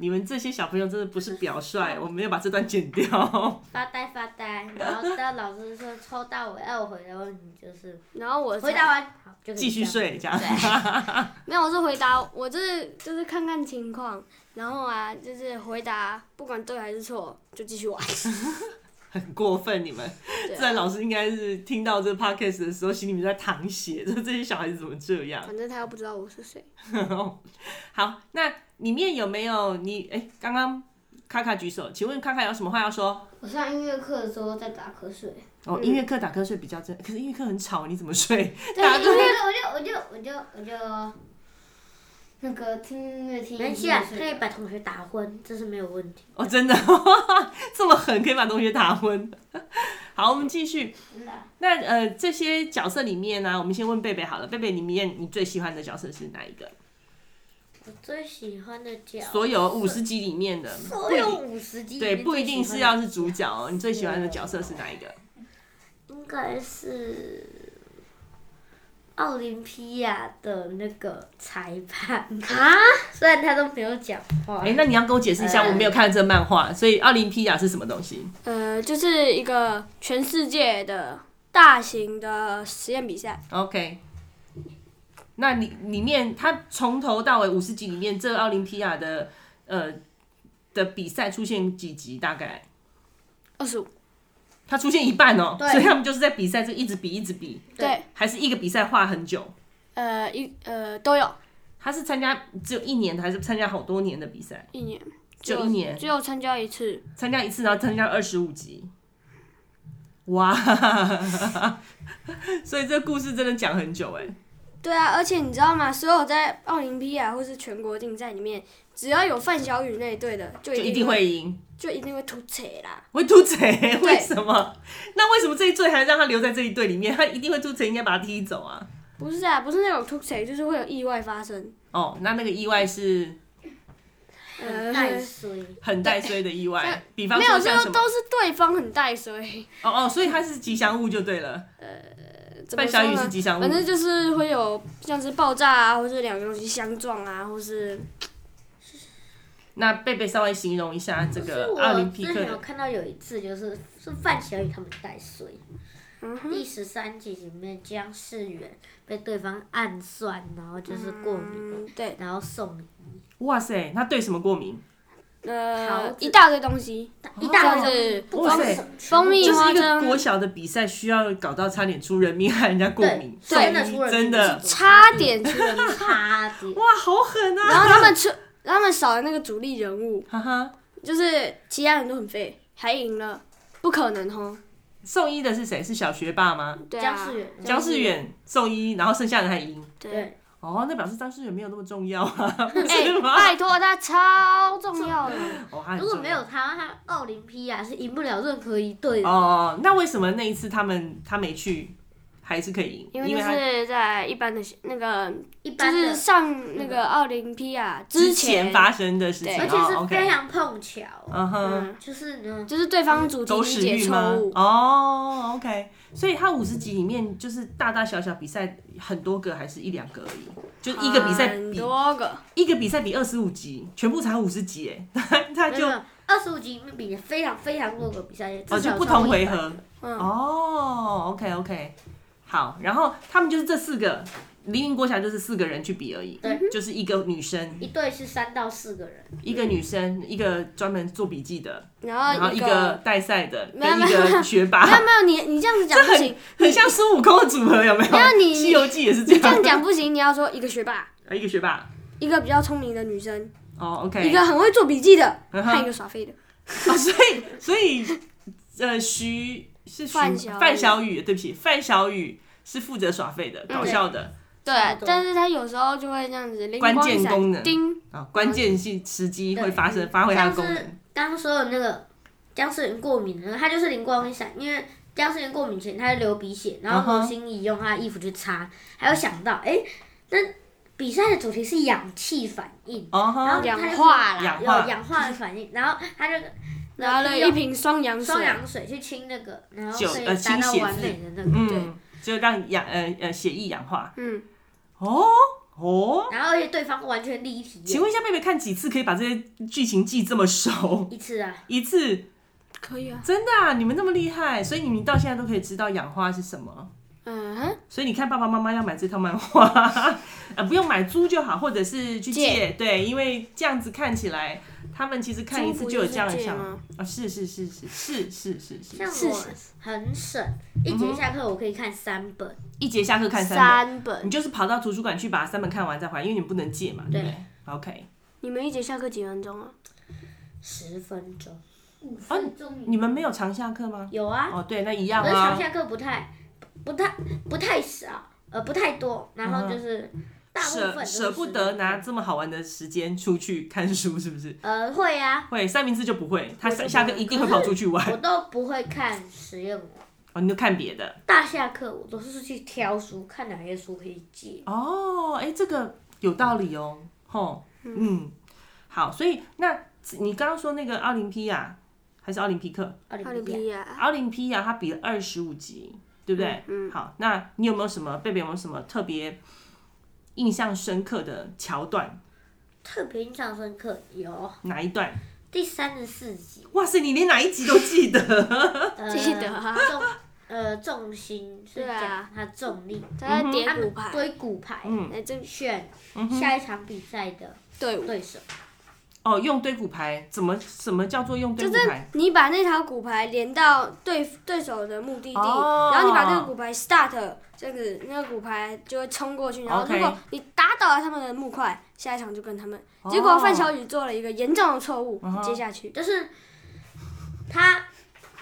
Speaker 1: 你们这些小朋友真的不是表率，我们要把这段 剪掉。
Speaker 4: 发呆发呆，然后当老师说抽到我要回的问题，就是
Speaker 2: 然后我才
Speaker 4: 回答完好就可以
Speaker 1: 继续
Speaker 4: 这
Speaker 1: 睡，
Speaker 4: 样。
Speaker 1: 这样。
Speaker 2: 没有，我是回答，我就是就是看看情况，然后啊，就是回答，不管对还是错，就继续玩。
Speaker 1: 很过分，你们
Speaker 2: 对啊
Speaker 1: 自然老师应该是听到这 podcast 的时候，心里面在淌血， 说这些小孩子怎么这样？
Speaker 2: 反正他又不知道我是谁。
Speaker 1: 好，那里面有没有你？哎、刚刚卡卡举手，请问卡卡有什么话要说？
Speaker 3: 我上音乐课的时候在打瞌睡，
Speaker 2: 嗯
Speaker 1: 哦，音乐课打瞌睡比较真，可是音乐课很吵，你怎么睡？
Speaker 3: 对，
Speaker 1: 打
Speaker 3: 我
Speaker 1: 瞌
Speaker 3: 就我就我就我就我就那个听音乐听
Speaker 4: 没
Speaker 3: 音
Speaker 4: 事啊
Speaker 3: 乐，
Speaker 4: 可以
Speaker 3: 睡。
Speaker 4: 把同学打昏，这是没有问题。
Speaker 1: 哦，真的这么狠，可以把同学打昏。 好，我们继续。
Speaker 3: 嗯
Speaker 1: 那呃，这些角色里面呢、我们先问贝贝好了。贝贝里面你最喜欢的角色是哪一个？
Speaker 4: 我最喜欢的角，
Speaker 1: 所有五十集里面的，
Speaker 4: 所有五十集里
Speaker 1: 对，
Speaker 4: 面
Speaker 1: 不一定是
Speaker 4: 最喜欢的
Speaker 1: 要是主角哦。你最喜欢的角色是哪一个？
Speaker 4: 应该是奥林匹亚的那个裁判啊， 虽然他都没有讲话。
Speaker 1: 哎、那你要跟我解释一下，
Speaker 4: 呃
Speaker 1: 我没有看这漫画，所以奥林匹亚是什么东西？
Speaker 2: 呃，就是一个全世界的大型的实验比赛，
Speaker 1: OK，那里里面他从头到尾五十集里面，这个奥林匹亚的呃的比赛出现几集？大概
Speaker 2: 二十五。
Speaker 1: 它出现一半哦、
Speaker 4: 对
Speaker 1: 所以他们就是在比赛就一直比一直比，
Speaker 2: 对，
Speaker 1: 还是一个比赛画很久。
Speaker 2: 呃，一呃都有
Speaker 1: 他是参加只有一年的，还是参加好多年的比赛？
Speaker 2: 一年，
Speaker 1: 就一年，
Speaker 2: 只有参加一次。
Speaker 1: 参加一次，然后参加二十五集。哇， 所以这故事真的讲很久哎、
Speaker 2: 对啊，而且你知道吗？所有在奥林匹亚或是全国竞赛里面，只要有范小雨那一队的，就
Speaker 1: 就一
Speaker 2: 一
Speaker 1: 定会赢。
Speaker 2: 就一定会突切啦。
Speaker 1: 会吐贼，为什么？那为什么这一队还让他留在这一队里面？他一定会吐贼，应该把他踢走啊！
Speaker 2: 不是啊，不是那种突切，就是会有意外发生。
Speaker 1: 哦，那那个意外是
Speaker 2: 呃，
Speaker 4: 太衰，
Speaker 1: 很带衰的意外，比方
Speaker 2: 没有，
Speaker 1: 说
Speaker 2: 这
Speaker 1: 像什
Speaker 2: 都
Speaker 1: 么？
Speaker 2: 都是对方很带衰。
Speaker 1: 哦哦，所以他是吉祥物就对了。
Speaker 2: 怎么
Speaker 1: 范小
Speaker 2: 说
Speaker 1: 雨
Speaker 2: 呢
Speaker 1: 是吉祥物
Speaker 2: 反，正就是会有像是爆炸啊，或是两个东西相撞啊，或是
Speaker 1: 那贝贝稍微形容一下这
Speaker 4: 是
Speaker 1: 个奥
Speaker 4: 我
Speaker 1: 林匹克
Speaker 4: 之前有
Speaker 1: 的。
Speaker 4: 看到有一次，就是是范小雨他们带衰。
Speaker 2: 嗯哼，
Speaker 4: 第十三集里面，姜世元被对方暗算，然后就是过敏了，
Speaker 2: 嗯对，
Speaker 4: 然后送
Speaker 1: 哇塞，他对什么过敏？
Speaker 2: 呃
Speaker 4: 桃，子
Speaker 2: 一大堆东西，
Speaker 4: 一大
Speaker 2: 像是
Speaker 4: 不
Speaker 1: 哦哇
Speaker 4: 管
Speaker 1: 塞
Speaker 4: 是，
Speaker 2: 蜂蜜
Speaker 1: 这是
Speaker 2: 花
Speaker 1: 一个国
Speaker 2: 生，
Speaker 1: 小的比赛，需要搞到差点出人命，害人家过敏，
Speaker 4: 对
Speaker 1: 送
Speaker 4: 真的
Speaker 1: 医
Speaker 4: 出人
Speaker 1: 真
Speaker 4: 命
Speaker 1: 的，
Speaker 2: 差点出人命。
Speaker 4: 差点。
Speaker 1: 哇，好狠
Speaker 2: 然后
Speaker 1: 啊！
Speaker 2: 他们出，他们少了那个主力人物，
Speaker 1: 哈哈，
Speaker 2: 就是其他人都很废，还赢了，不可能哦。
Speaker 1: 送医的是谁？是小学霸吗？
Speaker 2: 对
Speaker 4: 姜
Speaker 2: 啊
Speaker 4: 世，元，
Speaker 1: 姜世远送医，然后剩下人还赢。
Speaker 2: 对，
Speaker 1: 哦，那表示张世远没有那么重要啊，不 是
Speaker 2: 哎，
Speaker 1: 吗？
Speaker 2: 拜托，他超重要的。
Speaker 1: 哦，他很
Speaker 4: 如果
Speaker 1: 重
Speaker 4: 没
Speaker 1: 要
Speaker 4: 有他，他奥
Speaker 1: 哦
Speaker 4: 林匹亚是赢不了任何一队的。
Speaker 1: 哦，那为什么那一次他们他没去，还是可以赢，
Speaker 2: 因
Speaker 1: 因
Speaker 2: 为
Speaker 1: 为
Speaker 2: 就
Speaker 1: 他
Speaker 2: 是在一般的那个，
Speaker 4: 一
Speaker 2: 就
Speaker 4: 般的
Speaker 2: 是，上那个奥林匹亚
Speaker 1: 之
Speaker 2: 啊前
Speaker 1: 前发生的事情，
Speaker 2: 对
Speaker 4: 而且
Speaker 1: 哦
Speaker 4: 是非
Speaker 1: ，OK，
Speaker 4: 常碰巧，
Speaker 1: 嗯哼。
Speaker 2: 嗯，
Speaker 4: 就是呢，
Speaker 2: 就是对方主题
Speaker 1: 狗
Speaker 2: 理
Speaker 1: 屎
Speaker 2: 解
Speaker 1: 运
Speaker 2: 错
Speaker 1: 吗
Speaker 2: 误？，
Speaker 1: 哦，OK，所以他五十集里面就是大大小小比赛很多个，还是一两个而已，就是一个比赛
Speaker 2: 很
Speaker 1: 比
Speaker 2: 多个，
Speaker 1: 一个比赛比二十五集，全部才五十集，哎，他 他就
Speaker 4: 二十五集比非常非常多个比赛，
Speaker 1: 哦
Speaker 4: 至
Speaker 1: 就
Speaker 4: 少
Speaker 1: 不同
Speaker 4: 超
Speaker 1: 回
Speaker 4: 一百
Speaker 1: 合，
Speaker 2: 嗯，
Speaker 1: 哦，OK OK，好，然后他们就是这四个，黎明国小就是四个人去比而已，嗯
Speaker 4: 对
Speaker 1: 就是一个女生，
Speaker 4: 一队是三到四个人，
Speaker 1: 一个女生，一个专门做笔记的，然
Speaker 2: 然
Speaker 1: 后
Speaker 2: 后呃
Speaker 1: 一
Speaker 2: 一
Speaker 1: 个带赛的，
Speaker 2: 没有
Speaker 1: 跟一个学霸
Speaker 2: 没，有没有，你你这样子讲不行，
Speaker 1: 很像孙悟空的组合，有没有？
Speaker 2: 没有你
Speaker 1: 西游记》也是这
Speaker 2: 这样
Speaker 1: 样，
Speaker 2: 讲不行，你要说一个学霸，
Speaker 1: 呃一个学霸，
Speaker 2: 一个比较聪明的女生，
Speaker 1: 哦
Speaker 2: 一
Speaker 1: ，OK，
Speaker 2: 个很会做笔记的，
Speaker 1: 嗯哼
Speaker 2: 还有一个耍废的，
Speaker 1: 啊，所以所以呃，徐是徐
Speaker 2: 范小雨
Speaker 1: 范小雨，对不起，范小雨是负责耍废的，
Speaker 2: 嗯
Speaker 1: 搞笑的
Speaker 4: 差
Speaker 2: 对
Speaker 4: 不，多
Speaker 2: 但是他有时候就会这样子灵
Speaker 1: 关
Speaker 2: 光一
Speaker 1: 键功
Speaker 2: 闪，
Speaker 1: 能
Speaker 2: 叮，
Speaker 1: 啊，关键性时机会
Speaker 4: 对
Speaker 1: 发生发挥它的功
Speaker 4: 像
Speaker 1: 能
Speaker 4: 是。刚刚说的那个僵尸人过敏的那个，他就是灵光一闪，因为僵尸人过敏前他就流鼻血，然
Speaker 1: 嗯哼
Speaker 4: 后罗心怡用他的衣服去擦，还有想到，哎，那比赛的主题是氧气反应，
Speaker 1: 哦
Speaker 4: 然后
Speaker 1: 哈，
Speaker 4: 他
Speaker 2: 氧
Speaker 4: 就
Speaker 2: 化啦
Speaker 1: 氧
Speaker 4: 有
Speaker 1: 化
Speaker 4: 氧化的反应，然后他 就
Speaker 2: 拿了
Speaker 1: 哦
Speaker 2: 一
Speaker 4: 用
Speaker 2: 瓶双氧水
Speaker 4: 双，氧水去清那个，然后
Speaker 1: 酒
Speaker 4: 可以
Speaker 1: 呃
Speaker 4: 达
Speaker 1: 清
Speaker 4: 到
Speaker 1: 血
Speaker 4: 完
Speaker 1: 渍
Speaker 4: 美的那个，
Speaker 2: 对
Speaker 1: 嗯，就让氧呃呃血液氧化。
Speaker 2: 嗯，
Speaker 1: 哦哦，
Speaker 4: 然后而且对方完全立体
Speaker 1: 请问一下，贝贝看几次可以把这些剧情记这么熟？
Speaker 4: 一次啊，
Speaker 1: 一次，
Speaker 2: 可以啊，
Speaker 1: 真的啊，你们那么厉害，所以你们到现在都可以知道氧化是什么。
Speaker 2: 嗯哼，
Speaker 1: 所以你看，爸爸妈妈要买这套漫画， 呃，不用买租就好，或者是去借，对，因为这样子看起来，他们其实看一次就有这样的想
Speaker 2: 租不
Speaker 1: 法啊，是是是是是是是是，
Speaker 4: 像
Speaker 2: 是
Speaker 4: 我很省，一节下课我可以看三本，
Speaker 1: 一节下课看三本，嗯
Speaker 2: 三
Speaker 1: 你
Speaker 2: 本，
Speaker 1: 就是跑到图书馆去把三本看完再还，因为你不能借嘛，对不对？OK，
Speaker 2: 你们一节下课几分钟啊？
Speaker 4: 十分钟。
Speaker 3: 五分钟以
Speaker 1: 你们没有长下课吗？
Speaker 4: 有啊，
Speaker 1: 哦，对，那一样
Speaker 4: 可是长
Speaker 1: 啊。
Speaker 4: 下课不太、不太、不太少，呃，不太多，然后就是大部分
Speaker 1: 嗯舍
Speaker 4: 都是
Speaker 1: 舍不得拿
Speaker 4: 10分钟。
Speaker 1: 这么好玩的时间出去看书，是不是？
Speaker 4: 呃，会啊，
Speaker 1: 会三明治就不会，他
Speaker 4: 我就不会
Speaker 1: 下课一定会跑出去玩
Speaker 4: 我。都不会看实验文。
Speaker 1: 哦，你就看别的。
Speaker 4: 大下课我都是去挑书，看哪些书可以借。
Speaker 1: 哦，哎，这个有道理哦，吼，嗯，好，所以那你刚刚说那个奥林匹亚还是奥林匹克？
Speaker 4: 奥
Speaker 2: 奥
Speaker 4: 林
Speaker 2: 林
Speaker 4: 匹亚
Speaker 2: 匹亚，
Speaker 1: 奥林匹亚它比了二十五集，对不对？嗯。好，那你有没有什么贝贝有没有什么特别印象深刻的桥段？
Speaker 4: 特别印象深刻，有
Speaker 1: 哪一段？
Speaker 4: 第三十四集，
Speaker 1: 哇塞，你连哪一集都记得？
Speaker 4: 呃，
Speaker 2: 记得啊
Speaker 4: 重呃重心是
Speaker 2: 对啊
Speaker 4: 讲他重力，
Speaker 2: 他在
Speaker 4: 他
Speaker 2: 叠骨
Speaker 4: 们
Speaker 2: 牌，
Speaker 4: 堆骨牌
Speaker 1: 嗯，
Speaker 2: 哎，这
Speaker 4: 选下一场比赛的
Speaker 2: 队伍。
Speaker 4: 对手，
Speaker 1: 哦，用对骨牌，怎么什么叫做用对
Speaker 2: 就
Speaker 1: 骨
Speaker 2: 是
Speaker 1: 牌？
Speaker 2: 你把那条骨牌连到对对手的目的地，
Speaker 1: 哦
Speaker 2: 然后你把这个骨牌 start 这个那个骨牌就会冲过去，然后
Speaker 1: OK
Speaker 2: 如果你打倒了他们的木块，下一场就跟他们。
Speaker 1: 哦
Speaker 2: 结果范小雨做了一个严重的错误
Speaker 1: 嗯哼，
Speaker 2: 接下去
Speaker 4: 就是他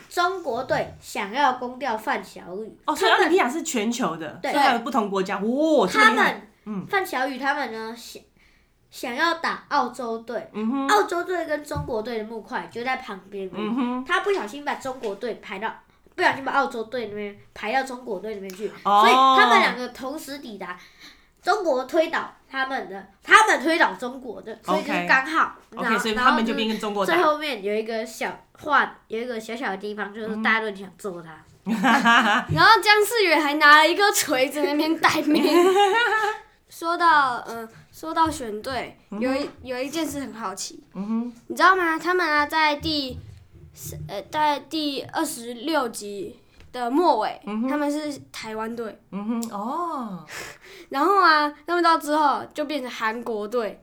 Speaker 4: 中国队想要攻掉范小雨，
Speaker 1: 哦，所以奥林匹亚是全球的，所
Speaker 4: 对
Speaker 1: 以还有不同国家。哇、这么
Speaker 4: 他
Speaker 1: 厉害！
Speaker 4: 们、范小雨他们呢想想要打澳洲队，
Speaker 1: 嗯哼，
Speaker 4: 澳洲队跟中国队的木块就在旁边，
Speaker 1: 嗯哼，
Speaker 4: 他不小心把中国队排到。不小心把澳洲队那边排到中国队那边去，
Speaker 1: 哦
Speaker 4: 所以他们两个同时抵达，中国推倒他们的，他们推倒中国的，所以就是
Speaker 1: OK
Speaker 4: 刚好。然
Speaker 1: OK，
Speaker 4: 后
Speaker 1: 所以
Speaker 4: 然
Speaker 1: 他
Speaker 4: 后
Speaker 1: 们就是变跟中国
Speaker 4: 最
Speaker 1: 打。
Speaker 4: 后面有一个小画，有一个小小的地方，
Speaker 1: 嗯
Speaker 4: 就是大家都很想揍他。
Speaker 2: 然后姜思远还拿了一个锤子在那边待 命。说到嗯、呃说到选队，有一有一件事很好奇，
Speaker 1: 嗯哼，
Speaker 2: 你知道吗？他们啊，在第呃，在第二十六集的末尾，他们是台湾队，
Speaker 1: 嗯哼，哦，
Speaker 2: 然后啊，他们到之后就变成韩国队。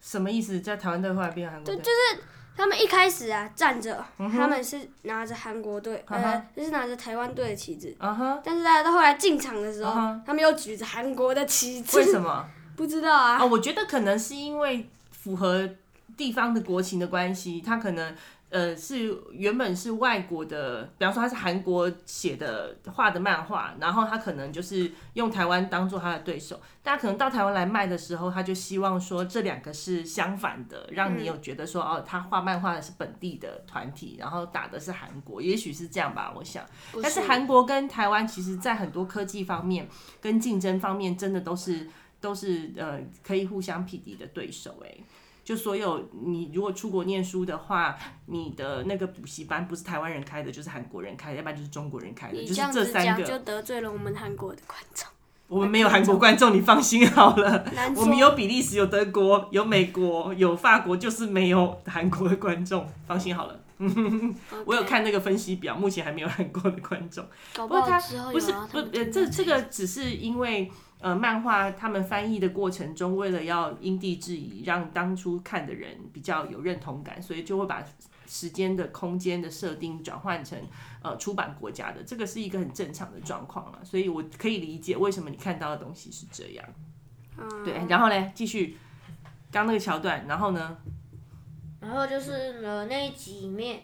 Speaker 1: 什么意思？在台湾队后来变韩国
Speaker 2: 就
Speaker 1: 队？
Speaker 2: 就是他们一开始啊站着，他们是拿着韩国队，
Speaker 1: 嗯
Speaker 2: 呃
Speaker 1: 哼，
Speaker 2: 就是拿着台湾队的旗帜。
Speaker 1: 啊哈，
Speaker 2: 但是啊，到后来进场的时候
Speaker 1: 嗯哼，
Speaker 2: 他们又举着韩国的旗帜
Speaker 1: 为，什么？
Speaker 2: 不知道
Speaker 1: 哦
Speaker 2: 啊
Speaker 1: 啊、。我觉得可能是因为符合地方的国情的关系，他可能。呃，是原本是外国的，比方说他是韩国写的画的漫画，然后他可能就是用台湾当做他的对手，大家可能到台湾来卖的时候，他就希望说这两个是相反的，让你有觉得说、哦，他画漫画的是本地的团体，然后打的是韩国，也许是这样吧，我想。
Speaker 2: 不
Speaker 1: 但是韩国跟台湾其实，在很多科技方面跟竞争方面，真的都是都是呃可以互相匹敌的对手、欸。就所有你如果出国念书的话，你的那个补习班不是台湾人开的，就是韩国人开的，要不然就是中国人开的，
Speaker 2: 你
Speaker 1: 就是
Speaker 2: 这样
Speaker 1: 这
Speaker 2: 子
Speaker 1: 三
Speaker 2: 讲就
Speaker 1: 个。
Speaker 2: 得罪了我们韩国的观众，
Speaker 1: 我们没有韩国观众，你放心 好了。
Speaker 2: 难
Speaker 1: 我
Speaker 2: 说
Speaker 1: 们有比利时，有德国，有美国，有法国，就是没有韩国的观众，放心好了。我有
Speaker 2: OK，
Speaker 1: 看那个分析表，目前还没有韩国的观众。
Speaker 2: 搞
Speaker 1: 不
Speaker 2: 不
Speaker 1: 过
Speaker 2: 好
Speaker 1: 他
Speaker 2: 之后
Speaker 1: 不是
Speaker 2: 有啊
Speaker 1: 不
Speaker 2: 他们
Speaker 1: 呃，
Speaker 2: 就
Speaker 1: 这
Speaker 2: 会
Speaker 1: 这个只是因为呃，漫画他们翻译的过程中，为了要因地制宜，让当初看的人比较有认同感，所以就会把时间的空间的设定转换成呃出版国家的，这个是一个很正常的状况了，所以我可以理解为什么你看到的东西是这样。
Speaker 2: 嗯
Speaker 1: 对，然后嘞，继续刚那个桥段，然后呢，
Speaker 4: 然后就是呢那一集里面，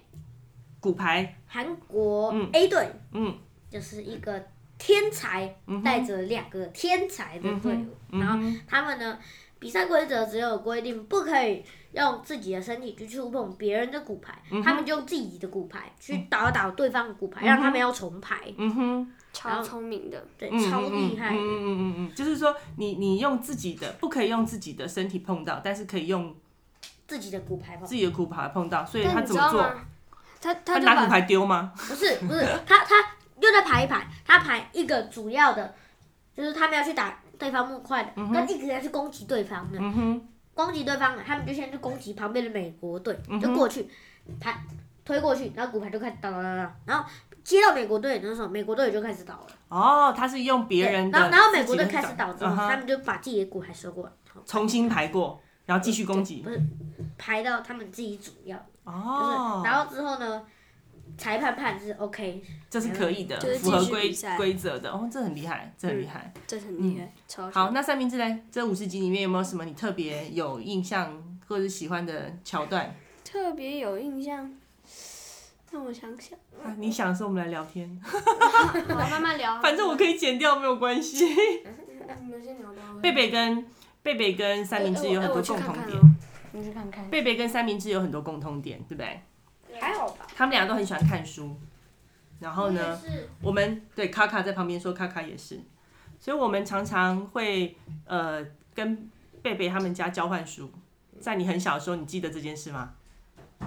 Speaker 1: 骨牌，
Speaker 4: 韩国
Speaker 1: 嗯
Speaker 4: A 队
Speaker 1: 嗯
Speaker 4: 就是一个天才
Speaker 1: 嗯
Speaker 4: 带
Speaker 1: 哼，
Speaker 4: 着两个天才的队伍，
Speaker 1: 嗯
Speaker 4: 然后
Speaker 1: 哼，
Speaker 4: 他们呢，比赛规则只有规定不可以用自己的身体去触碰别人的骨牌，
Speaker 1: 嗯哼
Speaker 4: 他们就用自己的骨牌去打倒对方的骨牌，让他们要重排，
Speaker 1: 嗯哼。
Speaker 2: 超聪明的，
Speaker 4: 对，
Speaker 1: 嗯
Speaker 4: 超厉害
Speaker 1: 嗯
Speaker 4: 的。
Speaker 1: 嗯嗯嗯嗯，就是说你你用自己的，不可以用自己的身体碰到，但是可以用
Speaker 4: 自己的骨牌吧
Speaker 1: 自己的骨牌碰到，所以他
Speaker 2: 但你
Speaker 1: 怎
Speaker 2: 知
Speaker 1: 么
Speaker 2: 道
Speaker 1: 做？
Speaker 2: 吗？他
Speaker 1: 他
Speaker 2: 他就
Speaker 1: 拿骨
Speaker 2: 把
Speaker 1: 牌丢吗？
Speaker 4: 不是不是，他他又在排一排，他排一个主要的，就是他们要去打对方木块的，跟一直要去攻击对方的，
Speaker 1: 嗯哼，
Speaker 4: 攻击对方的，他们就先去攻击旁边的美国队，
Speaker 1: 嗯
Speaker 4: 就过去排推过去，然后骨牌就开始倒倒倒倒，然后接到美国队的时候，美国队就开始倒了。
Speaker 1: 哦，他是用别人的，
Speaker 4: 对然后然后美
Speaker 1: 自己
Speaker 4: 国
Speaker 1: 的
Speaker 4: 队开始倒之后，
Speaker 1: 嗯哼
Speaker 4: 他们就把自己的骨还收过来，
Speaker 1: 重新排过，然后继续攻击
Speaker 4: 不。是排到他们自己主要，就是、
Speaker 1: 哦，
Speaker 4: 然后之后呢，裁判判是 OK，
Speaker 1: 这是可以的
Speaker 2: 就是，
Speaker 1: 符合
Speaker 2: 继续
Speaker 1: 规
Speaker 2: 比赛嗯
Speaker 1: 规则的。哦，这很厉害，这很厉害。
Speaker 2: 这很厉害，超
Speaker 1: 嗯好，那三明治嘞？这五十集里面有没有什么你特别有印象或者喜欢的桥段？
Speaker 2: 特别有印象。让我想想，
Speaker 1: 啊你想的时候我们来聊天，
Speaker 2: 我慢慢聊。
Speaker 1: 反正我可以剪掉，没有关系。
Speaker 2: 你们先聊吧。
Speaker 1: 贝贝跟贝贝跟三
Speaker 2: 哎
Speaker 1: 明治有很多共同点。
Speaker 2: 你去哦看看。
Speaker 1: 贝贝跟三明治有很多共同点，对不对？
Speaker 4: 还好吧。
Speaker 1: 他们俩都很喜欢看书。然后呢，
Speaker 3: 哎啊
Speaker 4: 是
Speaker 1: 我们对卡卡在旁边说，卡卡也是，所以我们常常会呃跟贝贝他们家交换书。在你很小的时候，你记得这件事吗？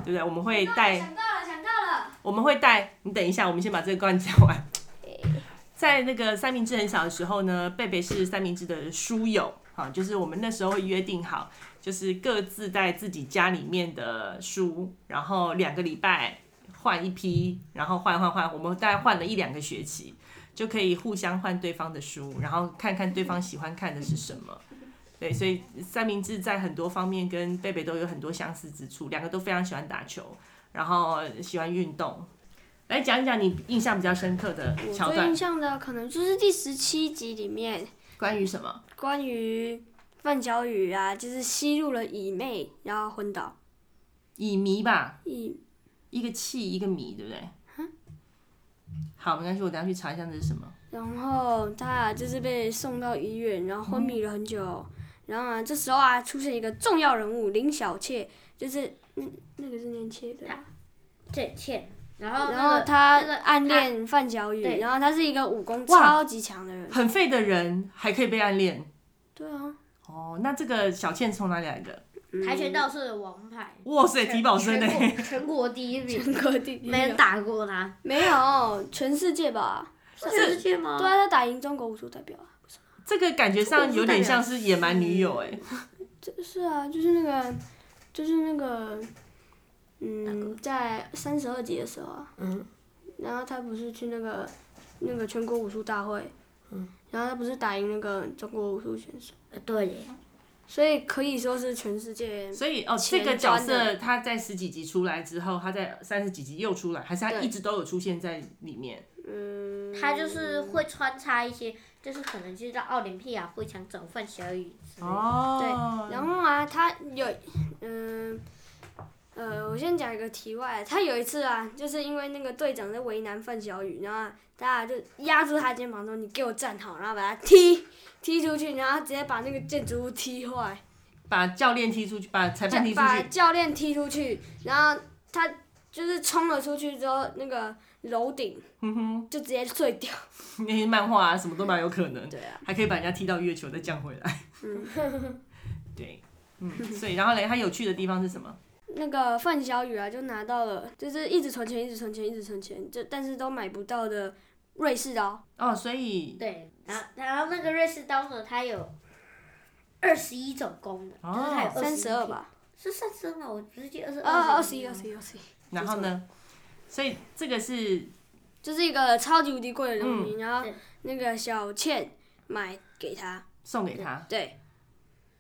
Speaker 1: 对不对？我们会带，想到了，想到了，我们会带。你等一下，我们先把这个段讲完。在那个三明治很小的时候呢，贝贝是三明治的书友啊，就是我们那时候会约定好，就是各自带自己家里面的书，然后两个礼拜换一批，然后换换换，我们大概换了一两个学期，就可以互相换对方的书，然后看看对方喜欢看的是什么。对，所以三明治在很多方面跟贝贝都有很多相似之处，两个都非常喜欢打球，然后喜欢运动。来讲一讲你印象比较深刻的桥
Speaker 2: 我最
Speaker 1: 段
Speaker 2: 印，象的可能就是第十七集里面
Speaker 1: 关于什么？
Speaker 2: 关于范小雨啊，就是吸入了乙妹，然后昏倒。
Speaker 1: 乙醚吧，
Speaker 2: 乙
Speaker 1: 一个气一个米，对不对？好，没关系，我等下去查一下这是什么。
Speaker 2: 然后他啊就是被送到医院，然后昏迷了很久。然后啊，这时候啊，出现一个重要人物林小妾，就是那那个是念妾对吧？
Speaker 4: 这欠，然后
Speaker 2: 然
Speaker 4: 哦那
Speaker 2: 后
Speaker 4: 个
Speaker 2: 他
Speaker 4: 那个
Speaker 2: 暗恋范小雨，
Speaker 4: 对
Speaker 2: 然后他是一个武功
Speaker 1: 哇
Speaker 2: 超级强的人。
Speaker 1: 很废的人还可以被暗恋
Speaker 2: 对啊，
Speaker 1: 哦。那这个小倩从哪里来的？
Speaker 2: 嗯
Speaker 4: 跆 拳道是王牌，
Speaker 1: 哇塞，
Speaker 4: 全
Speaker 1: 体保生哎、
Speaker 4: 全国全国第一名，
Speaker 2: 全国第一
Speaker 4: 没人打过他，
Speaker 2: 没有，全世界吧？
Speaker 4: 是全世界吗
Speaker 2: 对？啊，他打赢中国武术代表啊。
Speaker 1: 这个感觉上有点像是野蛮女友哎、
Speaker 2: 这是啊，就是那个，就是那个，嗯，在三十二集的时候啊，
Speaker 4: 嗯，
Speaker 2: 然后他不是去那个那个全国武术大会，嗯，然后他不是打赢那个中国武术选手，
Speaker 4: 对耶，
Speaker 2: 所以可以说是全世界
Speaker 1: 所以哦，这
Speaker 2: 前
Speaker 1: 个角
Speaker 2: 端
Speaker 1: 色他在十几集出来之后，他在三十几集又出来，还是他
Speaker 2: 对
Speaker 1: 一直都有出现在里面？
Speaker 2: 嗯，
Speaker 4: 他就是会穿插一些，就是可能去到奥林匹亚会场找范小雨之类的。
Speaker 1: 哦，
Speaker 2: 对然后啊，他有嗯、呃，我先讲一个题外，他有一次啊，就是因为那个队长在为难范小雨，然后啊大家就压住他肩膀说：“你给我站好！”然后把他踢踢出去，然后直接把那个建筑物踢坏，
Speaker 1: 把教练踢出去，把裁判踢出
Speaker 2: 把
Speaker 1: 去，
Speaker 2: 教练踢出去，然后他就是冲了出去之后，那个楼顶
Speaker 1: 哼嗯哼，
Speaker 2: 就直接碎掉。
Speaker 1: 那些漫画啊什么都蛮有可能，
Speaker 2: 对啊，
Speaker 1: 还可以把人家踢到月球再降回来。
Speaker 2: 嗯，
Speaker 1: 对，嗯，所以然后嘞，它有趣的地方是什么？
Speaker 2: 那个范小雨啊，就拿到了，就是一直存钱，一直存钱，一直存钱，就但是都买不到的瑞士刀。
Speaker 1: 哦，所以
Speaker 4: 对，然后然后那个瑞士刀呢，它有二十一种功能，就是它有
Speaker 1: 哦
Speaker 2: 三
Speaker 4: 21
Speaker 2: 十二吧？
Speaker 4: 是三十二吗？我直接二十
Speaker 2: 啊，
Speaker 4: 二
Speaker 2: 二十一，二十一，二十一，
Speaker 1: 然后呢？所以这个是
Speaker 2: 就是一个超级无敌贵的东西。然后
Speaker 4: 对
Speaker 2: 那个小倩买给他，
Speaker 1: 送给他，
Speaker 2: 对。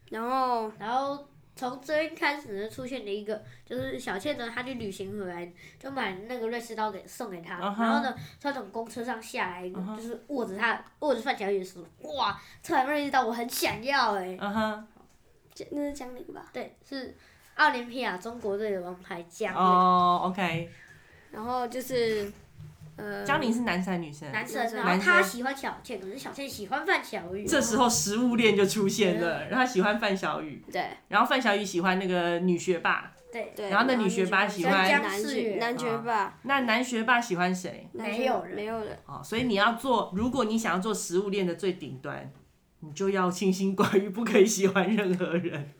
Speaker 2: 然后
Speaker 4: 然后从这边开始呢，出现了一个，就是小倩呢，她去旅行回来，就买那个瑞士刀给送给她。
Speaker 1: 嗯哼
Speaker 4: 然后呢，她从公车上下来，
Speaker 1: 啊
Speaker 4: 就是握着她握着范小雨的手，哇，这把瑞士刀我很想要哎、
Speaker 1: 嗯哼，
Speaker 2: 这那是江玲吧？
Speaker 4: 对，是奥林匹亚中国队的王牌将领，
Speaker 1: 哦，OK，
Speaker 2: 然后就是呃，
Speaker 1: 江宁是男生还是女生？
Speaker 2: 嗯
Speaker 4: 男神。然
Speaker 1: 男
Speaker 4: 后
Speaker 1: 生
Speaker 4: 他喜欢小倩，可是小倩喜欢范小雨。
Speaker 1: 这时候食物链就出现了，然后他喜欢范小雨，
Speaker 2: 对
Speaker 1: 然后范小雨喜欢那个女学霸，
Speaker 4: 对，
Speaker 2: 对。
Speaker 1: 然后那女学霸喜欢
Speaker 2: 男
Speaker 4: 江世
Speaker 2: 学
Speaker 4: 远
Speaker 2: 男学霸，
Speaker 1: 那男学霸喜欢谁？
Speaker 2: 男学
Speaker 4: 没有人
Speaker 2: 没有人，
Speaker 1: 哦，所以你要做，如果你想要做食物链的最顶端，你就要清心寡欲，不可以喜欢任何人，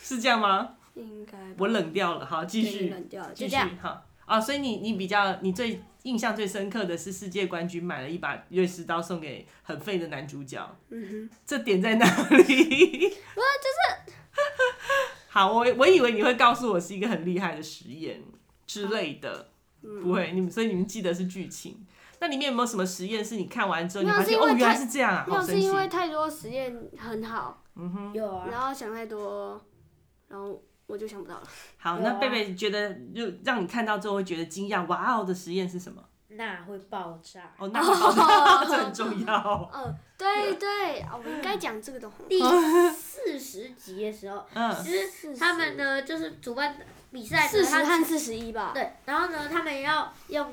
Speaker 1: 是这样吗？
Speaker 2: 应该吧
Speaker 1: 我冷掉了，好，继
Speaker 2: 被
Speaker 1: 续，
Speaker 2: 冷掉了，
Speaker 1: 继
Speaker 2: 就
Speaker 1: 续
Speaker 2: 这样。
Speaker 1: 哈。哦，所以你你比较你最印象最深刻的是世界冠军买了一把瑞士刀送给很废的男主角，
Speaker 2: 嗯
Speaker 1: 这点在哪里？
Speaker 2: 哼， 哇，就是
Speaker 1: 好，我我以为你会告诉我是一个很厉害的实验之类的，
Speaker 2: 嗯
Speaker 1: 不会，你们所以你们记得是剧情。那里面有没有什么实验是你看完之后你
Speaker 2: 没有
Speaker 1: 发现
Speaker 2: 是因为
Speaker 1: 哦原来
Speaker 2: 太
Speaker 1: 是这样啊？
Speaker 2: 没
Speaker 1: 好
Speaker 2: 有
Speaker 1: 神
Speaker 2: 是
Speaker 1: 奇
Speaker 2: 因为太多实验很好，
Speaker 4: 有啊，
Speaker 2: 然后想太多，然后我就想不到了。
Speaker 1: 好，
Speaker 4: 有啊
Speaker 1: 那贝贝觉得就让你看到之后会觉得惊讶，哇哦的实验是什么？
Speaker 4: 那会爆 炸。
Speaker 1: 哦，那 个好像这很重要。
Speaker 2: 嗯，对对，啊，我应该讲这个东西。
Speaker 4: 第四十集的时候，
Speaker 1: 嗯，
Speaker 4: 其实他们呢，就是主办比赛呢，
Speaker 2: 四十
Speaker 4: 他
Speaker 2: 和四十一吧。
Speaker 4: 对，然后呢，他们要用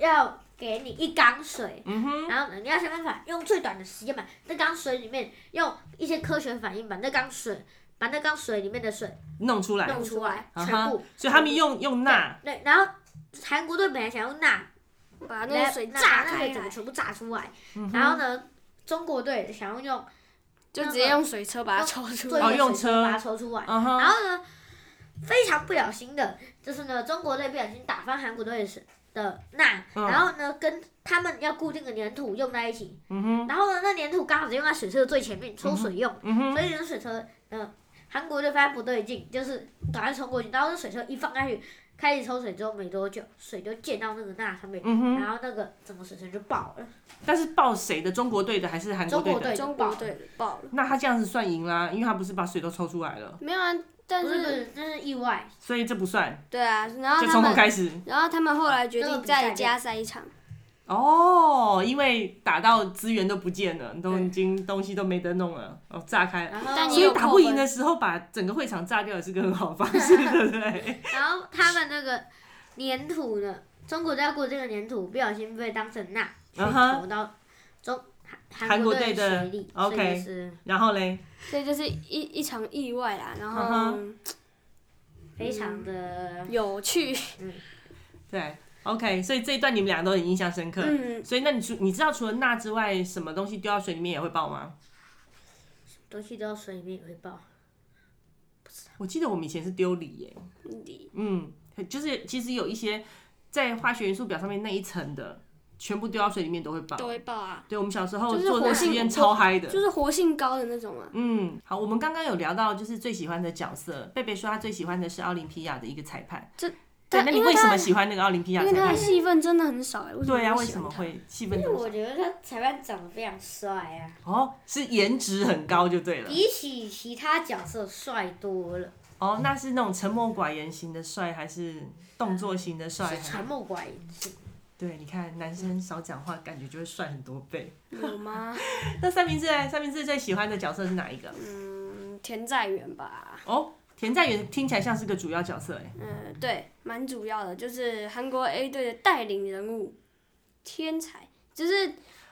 Speaker 4: 要给你一缸水，
Speaker 1: 嗯
Speaker 4: 然后呢，你要想办法用最短的时间把那缸水里面用一些科学反应把那缸水把那缸水里面的水
Speaker 1: 弄出来，
Speaker 4: 弄出来，
Speaker 1: 啊
Speaker 4: 全
Speaker 1: 哈
Speaker 4: 部。
Speaker 1: 所以他们用用钠，
Speaker 4: 对，然后韩国队本来想用钠
Speaker 2: 把那
Speaker 4: 来
Speaker 2: 个水
Speaker 4: 把
Speaker 2: 炸
Speaker 4: 那
Speaker 2: 开
Speaker 4: 水整个
Speaker 2: 来，
Speaker 4: 全部炸出来，
Speaker 1: 嗯
Speaker 4: 然后呢，中国队想要用
Speaker 2: 就直接用水车把它抽出
Speaker 4: 做
Speaker 2: 来。
Speaker 1: 哦
Speaker 4: 一个
Speaker 1: 用
Speaker 4: 水
Speaker 1: 车
Speaker 4: 把它抽出来。
Speaker 1: 嗯哼，
Speaker 4: 然后呢，非常不小心的，就是呢，中国队不小心打翻韩国队的是的钠，
Speaker 1: 嗯
Speaker 4: 然后呢，跟他们要固定的粘土用在一起，
Speaker 1: 嗯哼，
Speaker 4: 然后呢，那粘土刚好是用在水车的最前面抽水用，
Speaker 1: 嗯哼，
Speaker 4: 所以呢，水车，呃，韩国队发现不对劲，就是赶快冲过去，然后那水车一放下去，开始抽水之后没多久，水就溅到那个钠上面，
Speaker 1: 嗯哼。
Speaker 4: 然后那个整个水车就爆了，
Speaker 1: 但是报谁的？中国队的还是韩国队
Speaker 4: 中国
Speaker 1: 的？
Speaker 4: 队
Speaker 2: 中国队爆了，
Speaker 1: 那他这样子算赢啦，因为他不是把水都抽出来了，
Speaker 2: 没有啊，但
Speaker 4: 不是不
Speaker 2: 是
Speaker 4: 是，这是意外，
Speaker 1: 所以这不算，
Speaker 2: 对啊，然后
Speaker 1: 就
Speaker 2: 他
Speaker 1: 从头
Speaker 2: 们，
Speaker 1: 开始。
Speaker 2: 然后他们后来决
Speaker 4: 这个
Speaker 2: 定
Speaker 4: 比赛
Speaker 2: 再
Speaker 4: 就
Speaker 2: 加赛一场，
Speaker 1: 哦，因为打到资源都不见了，都
Speaker 4: 对
Speaker 1: 已经东西都没得弄了，哦，炸开。
Speaker 4: 然
Speaker 2: 但
Speaker 4: 后
Speaker 2: 你
Speaker 1: 所以
Speaker 2: 有
Speaker 1: 打
Speaker 2: 扣
Speaker 1: 不赢
Speaker 2: 分
Speaker 1: 的时候，把整个会场炸掉也是个很好的方 式，对不对？
Speaker 4: 然后他们那个粘土呢，中国队要过这个粘土，不小心被当成钠去
Speaker 1: 嗯哼
Speaker 4: 投到中韩
Speaker 1: 韩国队
Speaker 4: 队
Speaker 1: 的
Speaker 4: 水里，
Speaker 1: OK
Speaker 4: 所以就是
Speaker 1: 然后嘞，
Speaker 2: 所以就是一一场意外啦，然后嗯
Speaker 1: 嗯
Speaker 4: 非常的
Speaker 2: 有趣，
Speaker 1: 对，OK，所以这一段你们俩都很印象深刻。
Speaker 2: 嗯，
Speaker 1: 所以那你除你知道除了钠之外，什么东西丢到水里面也会爆吗？
Speaker 4: 东西掉到水里面也会爆。
Speaker 1: 我记得我们以前是丢锂耶，嗯，就是其实有一些在化学元素表上面那一层的，全部丢到水里面都会爆。
Speaker 2: 都会爆啊，
Speaker 1: 对，我们小时候
Speaker 2: 就是
Speaker 1: 做那个
Speaker 2: 火
Speaker 1: 实
Speaker 2: 星
Speaker 1: 验
Speaker 2: 火
Speaker 1: 超嗨的，
Speaker 2: 就是活性高的那种啊，
Speaker 1: 嗯，好，我们刚刚有聊到就是最喜欢的角色，贝贝说他最喜欢的是奥林匹亚的一个裁判。
Speaker 2: 这
Speaker 1: 对，
Speaker 2: 但
Speaker 1: 那你
Speaker 2: 因为
Speaker 1: 为什
Speaker 2: 他
Speaker 1: 么喜欢那个奥林匹亚
Speaker 2: 因为
Speaker 1: 裁
Speaker 2: 他
Speaker 1: 判
Speaker 2: 的？戏份真的很少哎，为什么
Speaker 1: 对呀、
Speaker 2: 我
Speaker 1: 为
Speaker 2: 喜
Speaker 1: 什
Speaker 2: 欢
Speaker 1: 么
Speaker 2: 他？
Speaker 1: 会气
Speaker 4: 因
Speaker 1: 氛
Speaker 4: 为
Speaker 1: 这么少
Speaker 4: 嗯我觉得他裁判长得非常帅啊，
Speaker 1: 哦，是颜值很高就对了。
Speaker 4: 比起其他角色帅多了，
Speaker 1: 哦，那是那种沉默寡言型的帅，还是动作型的帅？啊
Speaker 4: 是沉默寡言型。
Speaker 1: 对，你看男生少讲话，感觉就会帅很多倍。
Speaker 2: 有吗？
Speaker 1: 那三明治呢？三明治最喜欢的角色是哪一个？
Speaker 2: 嗯，田在元吧，
Speaker 1: 哦，田在元听起来像是个主要角色哎、
Speaker 2: 嗯、对，蛮主要的，就是韩国 A 队的带领人物，天才，就是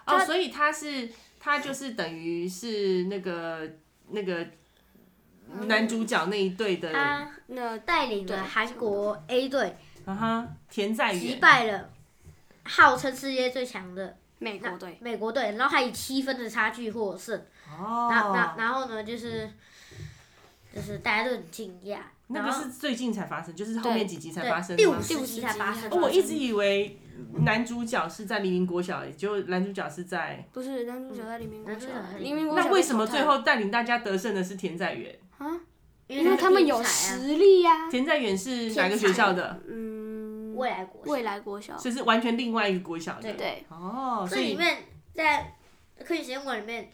Speaker 1: 哦，
Speaker 2: 他
Speaker 1: 所以他是他就是等于是那个那个男主角那一队
Speaker 4: 嗯
Speaker 1: 的，啊
Speaker 4: 他
Speaker 2: 那
Speaker 4: 带领
Speaker 2: 对
Speaker 4: 了韩国 A 队
Speaker 1: 哈，田在
Speaker 4: 击
Speaker 1: 元，
Speaker 4: 败了号称世界最强的
Speaker 2: 美国队，
Speaker 4: 美国队，然后还以七分的差距获胜。然后然
Speaker 1: 哦，
Speaker 4: 然后呢，就是就是大家都很惊讶。
Speaker 1: 那个
Speaker 4: 然后
Speaker 1: 是最近才发生，就是后面几集才
Speaker 4: 对
Speaker 1: 发生
Speaker 4: 第
Speaker 1: 的
Speaker 4: 五
Speaker 1: 吗。
Speaker 4: 十
Speaker 2: 第五
Speaker 4: 集
Speaker 2: 十
Speaker 4: 才
Speaker 2: 集啊
Speaker 4: 发
Speaker 2: 才
Speaker 4: 生
Speaker 1: 哦，
Speaker 2: 发
Speaker 1: 我
Speaker 2: 生
Speaker 1: 一直以为男主角是在黎明国小，结果男主角是在，
Speaker 2: 不是男主角在黎明国
Speaker 4: 男主
Speaker 2: 小
Speaker 4: 角在，黎
Speaker 2: 黎
Speaker 4: 明
Speaker 2: 明
Speaker 4: 国
Speaker 2: 国
Speaker 4: 小
Speaker 2: 小
Speaker 1: 嗯那
Speaker 2: 被
Speaker 1: 为什么
Speaker 2: 淘
Speaker 1: 最
Speaker 2: 汰
Speaker 1: 后带领大家得胜的是田在元？
Speaker 2: 啊？
Speaker 4: 因
Speaker 2: 因为他们有
Speaker 4: 天才啊
Speaker 2: 实力呀、
Speaker 1: 田在元是
Speaker 4: 天
Speaker 1: 哪个学
Speaker 4: 才哦
Speaker 1: 校的？
Speaker 2: 嗯，
Speaker 4: 未来国
Speaker 2: 未来国小，
Speaker 1: 所以是完全另外一个国小的。
Speaker 2: 对，
Speaker 1: 哦，
Speaker 4: 这
Speaker 1: 所
Speaker 4: 里
Speaker 1: 以
Speaker 4: 面在科学实验馆里面，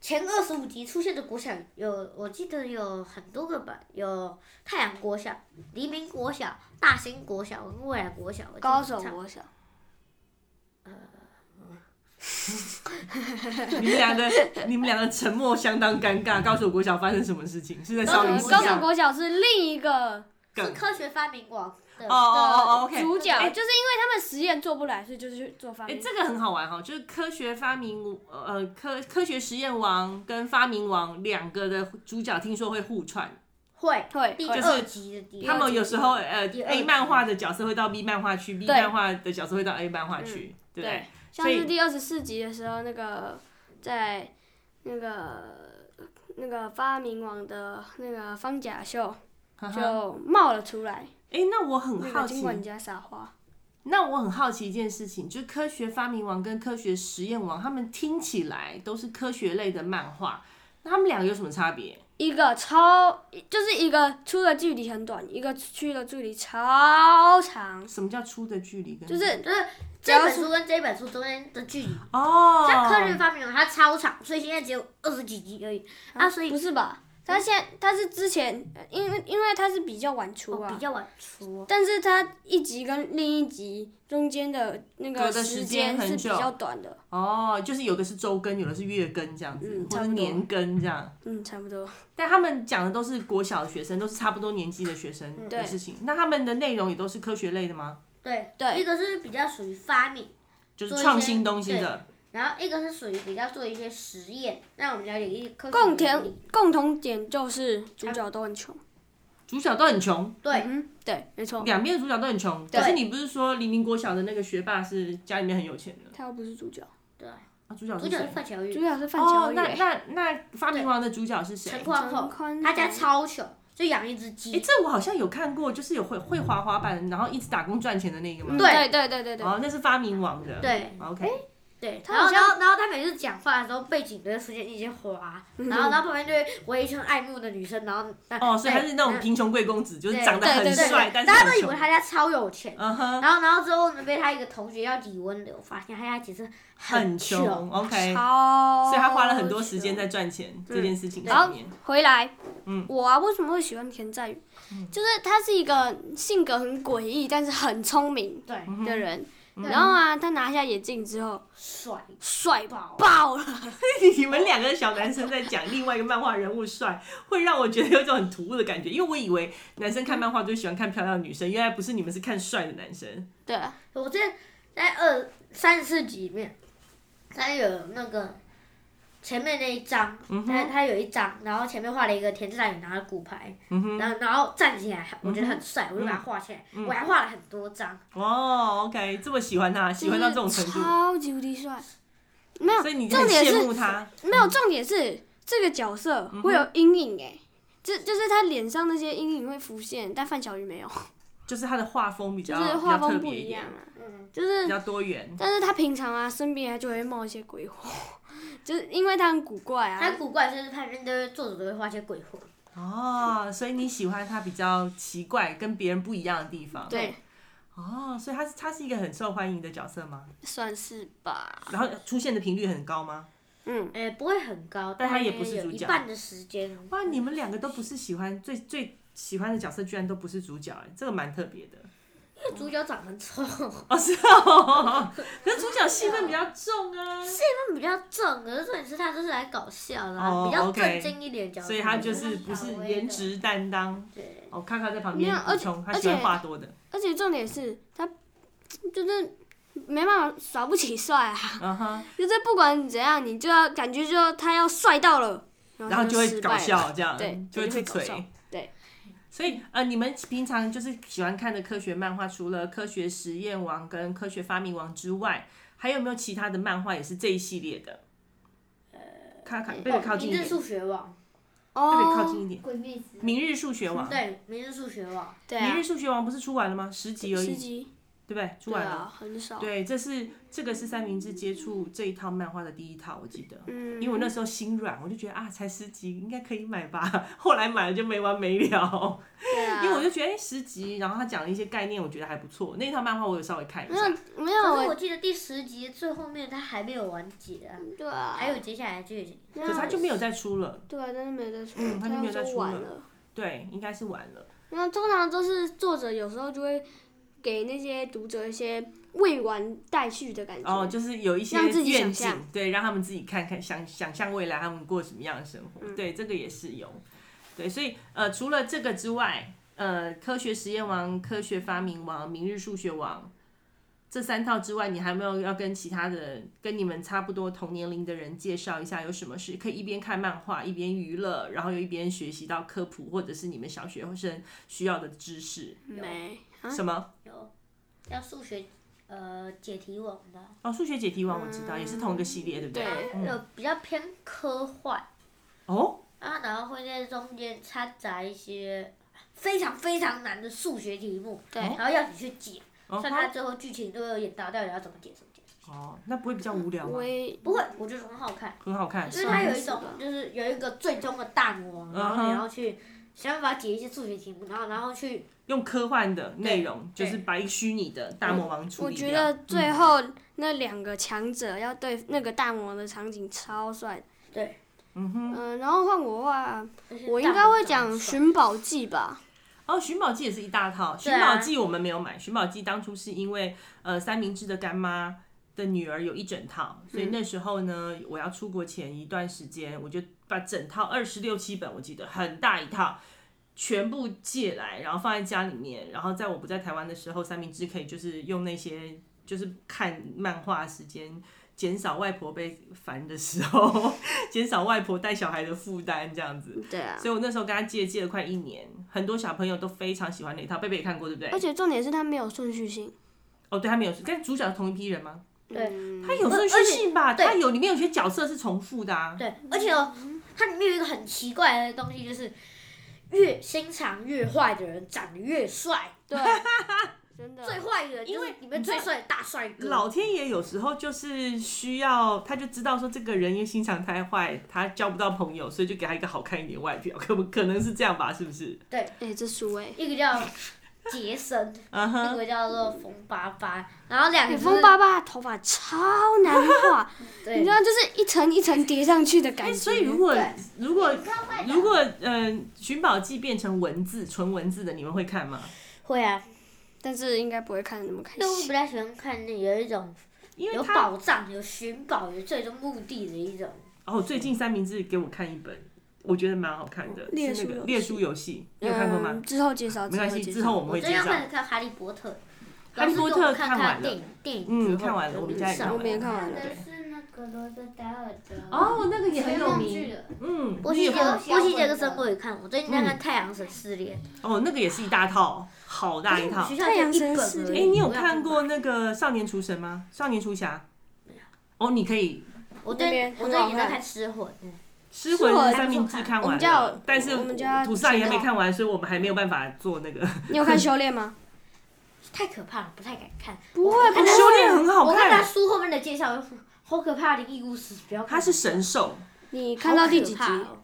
Speaker 4: 前二十五集出现的国小有，我记得有很多个吧，有太阳国小、黎明国小、大兴国小跟未来国小。我记得
Speaker 2: 高手
Speaker 4: 差不多
Speaker 2: 国小，
Speaker 1: 你们两个，你们两个沉默相当尴尬。告诉我国小发生什么事情？是在
Speaker 4: 高
Speaker 1: 少
Speaker 4: 手
Speaker 1: 林
Speaker 4: 国
Speaker 1: 寺啊
Speaker 2: 高
Speaker 1: 上
Speaker 2: 手国小是另一个
Speaker 1: 梗
Speaker 4: 是科学发明网的。
Speaker 1: 哦哦哦，OK。
Speaker 2: 主角，
Speaker 1: 哎
Speaker 2: 就是因为他们实验做不来，所以就是去做发
Speaker 1: 哎、
Speaker 2: 明。
Speaker 1: 这个很好玩哈、哦，就是科学发明，呃，科科学实验王跟发明王两个的主角，听说会互串。
Speaker 4: 会
Speaker 2: 对
Speaker 4: 第
Speaker 1: 就是
Speaker 4: 二集的地
Speaker 1: 他
Speaker 4: 方，
Speaker 1: 们有时候，呃
Speaker 4: 第二集
Speaker 1: ，A 漫画的角色会到 B 漫画去，B
Speaker 2: 对嗯
Speaker 1: 漫画的角色会到 A 漫画去，对不对？
Speaker 2: 像
Speaker 1: 所
Speaker 2: 是
Speaker 1: 以
Speaker 2: 第二十四集的时候，那个在那个那个发明网的那个方甲秀
Speaker 1: 哈 哈
Speaker 2: 就冒了出来，
Speaker 1: 哎、那嗯我很
Speaker 2: 那
Speaker 1: 好
Speaker 2: 个
Speaker 1: 奇
Speaker 2: 经，管家撒花，
Speaker 1: 那我很好奇一件事情，就是科学发明王跟科学实验王，他们听起来都是科学类的漫画，那他们两个有什么差别？
Speaker 2: 一个超就是一个出的距离很短，一个去的距离超长，
Speaker 1: 什么叫出的距离跟？
Speaker 2: 就是
Speaker 4: 就是这本书跟这本书中间的距离。
Speaker 1: 哦，
Speaker 4: 像科学发明网它超长，所以现在只有二十几集而已。啊，所以
Speaker 2: 不是吧？他现在他是之前，呃因为因为他是比较晚出
Speaker 4: 我
Speaker 1: 哦
Speaker 2: 啊，
Speaker 4: 哦比较晚出。
Speaker 2: 但是他一集跟另一集中间的那
Speaker 1: 隔
Speaker 2: 个
Speaker 1: 的时间
Speaker 2: 是
Speaker 1: 很
Speaker 2: 比
Speaker 1: 久
Speaker 2: 较短的，
Speaker 1: 哦，就是有的是周更，有的是月更这样子，
Speaker 2: 嗯
Speaker 1: 或
Speaker 2: 差
Speaker 1: 者
Speaker 2: 不多
Speaker 1: 年更这样。
Speaker 2: 嗯，差不多。
Speaker 1: 但他们讲的都是国小的学生，都是差不多年纪的学生的
Speaker 2: 对
Speaker 1: 事情。那他们的内容也都是科学类的吗？
Speaker 4: 对，
Speaker 2: 对
Speaker 4: 一个是比较属于发明。
Speaker 1: 就是
Speaker 4: 做一
Speaker 1: 创
Speaker 4: 些
Speaker 1: 新东西
Speaker 4: 对
Speaker 1: 的。
Speaker 4: 然后一个是属于比较做一些实验，让我们了解一些科学
Speaker 2: 共
Speaker 4: 原
Speaker 2: 同
Speaker 4: 理
Speaker 2: 共同点就是主角都很穷。
Speaker 1: 主角都很穷，
Speaker 4: 对，
Speaker 2: 嗯，对，没错。
Speaker 1: 两边的主角都很穷。
Speaker 4: 对
Speaker 1: 可是你不是说黎明国小的那个学霸是家里面很有钱的？
Speaker 2: 他又不是主角，
Speaker 1: 啊，主角
Speaker 4: 主
Speaker 1: 是
Speaker 4: 角是
Speaker 1: 谁？
Speaker 4: 范乔
Speaker 2: 主
Speaker 4: 玉，
Speaker 2: 角是范乔
Speaker 1: 哦，
Speaker 2: 宇
Speaker 1: 那
Speaker 2: 欸。
Speaker 1: 那那发明王的主角是谁
Speaker 4: 陈？况
Speaker 2: 陈
Speaker 4: 后，
Speaker 2: 宽
Speaker 4: 他家
Speaker 2: 宏
Speaker 4: 超穷，就养一只
Speaker 1: 诶，
Speaker 4: 鸡，
Speaker 1: 这我好像有看过，就是有会会滑滑板，然后一直打工赚钱的那个
Speaker 2: 嗯
Speaker 1: 嘛。
Speaker 2: 对
Speaker 4: 对
Speaker 2: 对对对对，
Speaker 1: 哦，那是发明王的。
Speaker 4: 对哎
Speaker 1: ，OK。
Speaker 4: 对，
Speaker 2: 他
Speaker 4: 然后
Speaker 2: 好
Speaker 4: 然
Speaker 2: 像
Speaker 4: 后然后他每次讲话的时候，背景都会出现一些花，然后然后旁边就会围一圈爱慕的女生，然后
Speaker 1: 哦，所以他是那种
Speaker 4: 对
Speaker 1: 贫穷贵公子，就是
Speaker 4: 哎对
Speaker 1: 长得
Speaker 2: 对
Speaker 1: 很
Speaker 2: 对对
Speaker 1: 帅，但是
Speaker 4: 对，大家都
Speaker 1: 很
Speaker 4: 以为
Speaker 1: 穷。
Speaker 4: 他家超有钱，
Speaker 1: 嗯哼，
Speaker 4: 然后然后之后呢，被他一个同学要李温流，发现他家其实
Speaker 1: 很
Speaker 4: 穷，
Speaker 1: 穷，OK。
Speaker 2: 超。
Speaker 1: 所以他花了很多时间在赚钱这件事情上面。
Speaker 2: 回来。
Speaker 1: 嗯
Speaker 2: 我啊，为什么会喜欢田在宇？就是他是一个性格很诡异，但是很聪明
Speaker 4: 对，
Speaker 2: 的人。
Speaker 1: 嗯
Speaker 2: 然后啊，他拿下眼镜之后，
Speaker 4: 帅
Speaker 2: 帅
Speaker 4: 爆，
Speaker 2: 爆了。
Speaker 1: 你们两个小男生在讲另外一个漫画人物帅，会让我觉得有一种很突兀的感觉，因为我以为男生看漫画就喜欢看漂亮的女生，原来不是，你们是看帅的男生。
Speaker 2: 对啊，
Speaker 4: 我记得在二三十四集里面，它有那个前面那一张，
Speaker 1: 嗯
Speaker 4: 它它有一张，然后前面画了一个田志大宇拿着骨牌，
Speaker 1: 嗯
Speaker 4: 然后然后站起来，我觉得很帅，我就把它画起来，
Speaker 1: 嗯
Speaker 4: 我还画了很多张。
Speaker 1: 哦，OK，这么喜欢他，喜欢到这种程度，
Speaker 2: 超级无敌帅。没有，
Speaker 1: 所以你很
Speaker 2: 重点是
Speaker 1: 羡慕他。
Speaker 2: 没有，重点是这个角色
Speaker 1: 嗯
Speaker 2: 会有阴影哎、就就是他脸上那些阴影会浮现，但范小鱼没有，
Speaker 1: 就是他的画风比
Speaker 2: 就
Speaker 1: 较
Speaker 2: 是
Speaker 1: 比
Speaker 2: 画
Speaker 1: 较哦特
Speaker 2: 风不
Speaker 1: 别
Speaker 2: 一样
Speaker 1: 点，
Speaker 2: 啊，
Speaker 4: 嗯，
Speaker 2: 就
Speaker 1: 比
Speaker 2: 是
Speaker 1: 较多元。
Speaker 2: 但是他平常啊身边啊就会冒一些鬼火， 就是因为他很古怪
Speaker 4: 它
Speaker 2: 啊，
Speaker 4: 古怪就是旁边都会作者都会画一些鬼魂，
Speaker 1: 哦，所以你喜欢他比较奇怪、跟别人不一样的地方。
Speaker 2: 对，
Speaker 1: 哦，所以他是他是一个很受欢迎的角色吗？
Speaker 2: 算是吧，
Speaker 1: 然后出现的频率很高吗？
Speaker 2: 嗯，
Speaker 4: 哎、不会很高，
Speaker 1: 但它也
Speaker 4: 大概
Speaker 1: 不是
Speaker 4: 有
Speaker 1: 主
Speaker 4: 一
Speaker 1: 角
Speaker 4: 半的时间。
Speaker 1: 哇，你欸们两个都不是喜欢最最喜欢的角色，居然都不是主角，哎，这个蛮特别的。
Speaker 4: 因为主角长得很丑，
Speaker 1: 哦，是哦， 可是主角戏份比较重啊，
Speaker 4: 他比较正，可是重点是他就是来搞笑的啊、
Speaker 1: 哦
Speaker 4: 比较
Speaker 1: OK
Speaker 4: 正经一点角色。
Speaker 1: 所以他就是不是颜值担当。
Speaker 4: 对，
Speaker 1: 哦，看看在旁边
Speaker 2: 没有而
Speaker 1: 补
Speaker 2: 且
Speaker 1: 充，他
Speaker 2: 而
Speaker 1: 喜欢
Speaker 2: 且
Speaker 1: 话 多的。
Speaker 2: 而且重点是他就是没办法耍不起帅啊，
Speaker 1: 嗯哼，
Speaker 2: 就是不管怎样，你就要感觉就他要帅到了，
Speaker 1: 然后
Speaker 2: 就
Speaker 1: 就会
Speaker 2: 失败
Speaker 1: 搞
Speaker 2: 了，
Speaker 1: 笑，这样
Speaker 2: 对
Speaker 1: 就会
Speaker 2: 就会
Speaker 1: 去
Speaker 2: 搞笑
Speaker 1: 锤。
Speaker 2: 对，
Speaker 1: 所以呃，你们平常就是喜欢看的科学漫画，除了《科学实验王》跟《科学发明王》之外，还有没有其他的漫画也是这一系列的？
Speaker 2: 呃
Speaker 1: 看看，贝贝靠
Speaker 4: 哦
Speaker 1: 近一
Speaker 4: 明
Speaker 1: 点，
Speaker 4: 日
Speaker 1: 贝
Speaker 4: 数学网，
Speaker 1: 贝靠
Speaker 2: 哦，啊
Speaker 1: 近一点，《
Speaker 3: 鬼灭之
Speaker 1: 明日数学王》
Speaker 4: 对，明日数学网，
Speaker 2: 对
Speaker 1: 明
Speaker 2: 啊
Speaker 1: 日，数学王》不是出完了吗？十集而
Speaker 2: 十
Speaker 1: 已，
Speaker 2: 集，
Speaker 1: 对不对？出
Speaker 2: 对
Speaker 1: 完了。
Speaker 2: 啊，很少，
Speaker 1: 对，这是这个是三明治接触这一套漫画的第一套，我记得。
Speaker 2: 嗯，
Speaker 1: 因为我那时候心软，我就觉得啊，才十集，应该可以买吧。 后来买了就没完没了，
Speaker 2: 对啊，
Speaker 1: 因为我就觉得哎、十集，然后他讲了一些概念，我觉得还不错。那一套漫画我有稍微看一
Speaker 2: 没
Speaker 1: 下，
Speaker 2: 有没有，
Speaker 4: 可
Speaker 2: 我
Speaker 4: 是我记得第十集最后面他还没有完结啊，
Speaker 2: 对啊，
Speaker 4: 还有接下来的剧情。
Speaker 2: 对
Speaker 1: 可是他
Speaker 2: 啊，
Speaker 1: 就没有再出了。
Speaker 2: 对啊，但是没得说，
Speaker 1: 嗯他就没有
Speaker 2: 这样
Speaker 1: 再
Speaker 2: 说
Speaker 1: 出
Speaker 2: 完
Speaker 1: 了
Speaker 2: 了。
Speaker 1: 对，应该是完了。
Speaker 2: 那通常都是作者有时候就会给那些读者一些未完待续的感觉。
Speaker 1: 哦，就是有一些
Speaker 2: 让自己
Speaker 1: 愿
Speaker 2: 想
Speaker 1: 景
Speaker 2: 象，
Speaker 1: 对，让他们自己看看，想想象未来他们过什么样的生活。
Speaker 2: 嗯
Speaker 1: 对，这个也是有。对，所以呃，除了这个之外，呃，科学实验王、科学发明王、明日数学王这三套之外，你还没有要跟其他的跟你们差不多同年龄的人介绍一下，有什么是可以一边看漫画一边娱乐，然后又一边学习到科普或者是你们小学生需要的知识？
Speaker 2: 没啊，
Speaker 1: 什么？
Speaker 4: 有要数学呃解题网的，
Speaker 1: 哦，数学解题王我知道，也是同一个系列，对不
Speaker 2: 嗯
Speaker 1: 对？
Speaker 2: 对
Speaker 1: 嗯
Speaker 4: 有比较偏科幻
Speaker 1: 哦，
Speaker 4: 啊，然后会在中间掺杂一些非常非常难的数学题目，
Speaker 2: 对
Speaker 4: 然后要你去解，
Speaker 1: 哦
Speaker 4: 像他最后剧情都有演到，到底要怎么解怎么解，
Speaker 1: 哦，那不会比较无聊吗
Speaker 2: 我？也
Speaker 4: 不会，我觉得很好看，
Speaker 1: 很好看，
Speaker 4: 就是它有一
Speaker 2: 是的
Speaker 4: 种就是有一个最终的大魔王，然后
Speaker 1: 嗯哼
Speaker 4: 你要去想办法解一些数学题目，然后然后去
Speaker 1: 用科幻的内容，就
Speaker 4: 对
Speaker 1: 是把一个虚拟的大魔王处
Speaker 2: 我
Speaker 1: 理
Speaker 2: 觉
Speaker 1: 掉。嗯
Speaker 2: 得最后那两个强者要对那个大魔的场景超帅的。
Speaker 4: 对，
Speaker 2: 嗯哼，嗯、然后换我的话，我应
Speaker 4: 大
Speaker 2: 该
Speaker 4: 魔
Speaker 2: 会
Speaker 4: 王
Speaker 2: 讲《
Speaker 4: 爽
Speaker 2: 寻宝记》吧。
Speaker 1: 哦，寻宝记也是一大套，寻
Speaker 4: 对啊
Speaker 1: 宝记我们没有买，寻宝记当初是因为呃三明治的干妈。的女儿有一整套，所
Speaker 4: 嗯
Speaker 1: 以那时候呢，我要出国前一段时间，我就把整套二十六七本，我记得很大一套，全部借来，然后放在家里面，然后在我不在台湾的时候，三明治可以就是用那些就是看漫画时间，减少外婆被烦的时候， 减少外婆带小孩的负担这样子。
Speaker 2: 对啊，
Speaker 1: 所以我那时候跟他借借了快一年，很多小朋友都非常喜欢那一套，贝贝也看过对不对
Speaker 2: 而？且重点是它没有顺序性。
Speaker 1: 哦，对，他没有，但主角是同一批人吗？哦
Speaker 4: 对
Speaker 2: 嗯
Speaker 1: 哎他有顺序性吧？
Speaker 4: 而且对
Speaker 1: 他有里面有些角色是重复的啊。
Speaker 4: 对，而且哦，
Speaker 2: 嗯
Speaker 4: 它里面有一个很奇怪的东西，就是越心肠越坏的人长得越帅，
Speaker 2: 对，真的
Speaker 4: 最坏的人
Speaker 1: 嗯因
Speaker 4: 因
Speaker 1: 为
Speaker 4: 为里面最帅的大帅哥。
Speaker 1: 老天爷有时候就是需要，他就知道说这个人因为心肠太坏，他交不到朋友，所以就给他一个好看一点的外表，可不可能是这样吧？是不是？
Speaker 2: 哎、这书哎、
Speaker 4: 一个叫 杰森，
Speaker 1: 嗯
Speaker 4: 一
Speaker 1: 哼，
Speaker 4: 个叫做冯巴巴，然后两
Speaker 2: 欸
Speaker 4: 个
Speaker 2: 风爸爸的头发超难画，
Speaker 4: 对
Speaker 2: 你知道，就是一层一层叠上去的感
Speaker 1: 哎，
Speaker 2: 觉。
Speaker 1: 所以如果
Speaker 4: 对
Speaker 1: 如果
Speaker 3: 科幻
Speaker 1: 如果嗯，《寻宝记》变成文字纯文字的，你们会看吗？
Speaker 4: 会啊，
Speaker 2: 但是应该不会看的那么开
Speaker 4: 但 我
Speaker 2: 心。
Speaker 4: 不太喜欢看那有一种
Speaker 1: 因为
Speaker 4: 有
Speaker 1: 他
Speaker 4: 宝藏、有寻宝、有最终目的的一种。
Speaker 1: 哦，最近三明治给我看一本，我觉得蛮好看的，
Speaker 2: 猎
Speaker 1: 是那
Speaker 2: 书
Speaker 1: 个
Speaker 2: 游
Speaker 1: 猎
Speaker 2: 戏
Speaker 1: 书游戏，你有看过吗
Speaker 2: 嗯？？之后介绍，
Speaker 1: 没关系，
Speaker 2: 介
Speaker 1: 之
Speaker 2: 绍
Speaker 1: 后我们
Speaker 4: 我
Speaker 1: 会
Speaker 4: 最近
Speaker 1: 介绍。
Speaker 4: 开始看《哈利波特》，
Speaker 1: 哈利波特
Speaker 4: 老师给我们看
Speaker 1: 看完了
Speaker 4: 看电影，电影
Speaker 1: 嗯
Speaker 4: 之后
Speaker 1: 看完了我们家也看
Speaker 2: 我
Speaker 1: 完
Speaker 2: 们也看完
Speaker 3: 看
Speaker 2: 了。
Speaker 3: 的是那个罗德达尔的，
Speaker 1: 哦，那个也很有
Speaker 3: 忘记
Speaker 1: 名，
Speaker 3: 了，
Speaker 1: 嗯，
Speaker 4: 波
Speaker 1: 你嗯有
Speaker 4: 西杰克，
Speaker 1: 看
Speaker 4: 波西杰克森我也看，我最近在看《太阳神试炼》，
Speaker 1: 哦，那个也是一大套，好
Speaker 2: 哎
Speaker 1: 大一套
Speaker 4: 学。校就一本而
Speaker 1: 哎、
Speaker 4: 已。
Speaker 1: 你有看过那个《少年厨神》吗？《少年厨侠》哦，你可以。
Speaker 4: 我
Speaker 2: 那
Speaker 4: 最
Speaker 2: 边
Speaker 4: 我最近也
Speaker 2: 很
Speaker 4: 在
Speaker 2: 好
Speaker 4: 看《失魂》，嗯
Speaker 1: 失
Speaker 2: 魂
Speaker 1: 魂
Speaker 2: 还
Speaker 1: 三
Speaker 4: 不
Speaker 1: 明
Speaker 4: 错
Speaker 1: 治看
Speaker 4: 看
Speaker 2: 我
Speaker 1: 完
Speaker 2: 们家有
Speaker 1: 了，但是
Speaker 2: 我们家
Speaker 1: 土上也还没
Speaker 2: 前头
Speaker 1: 看完，所以我们还没有办法做那个。
Speaker 2: 你 有看修炼吗？
Speaker 4: 太可怕了，不太敢看。
Speaker 2: 不会，不
Speaker 1: 修炼很好
Speaker 4: 我看他
Speaker 1: 看，
Speaker 4: 书后面的介绍，好可怕的灵异故事，不要看。
Speaker 1: 他是神兽，
Speaker 2: 你看到第几集
Speaker 4: 好？可怕哦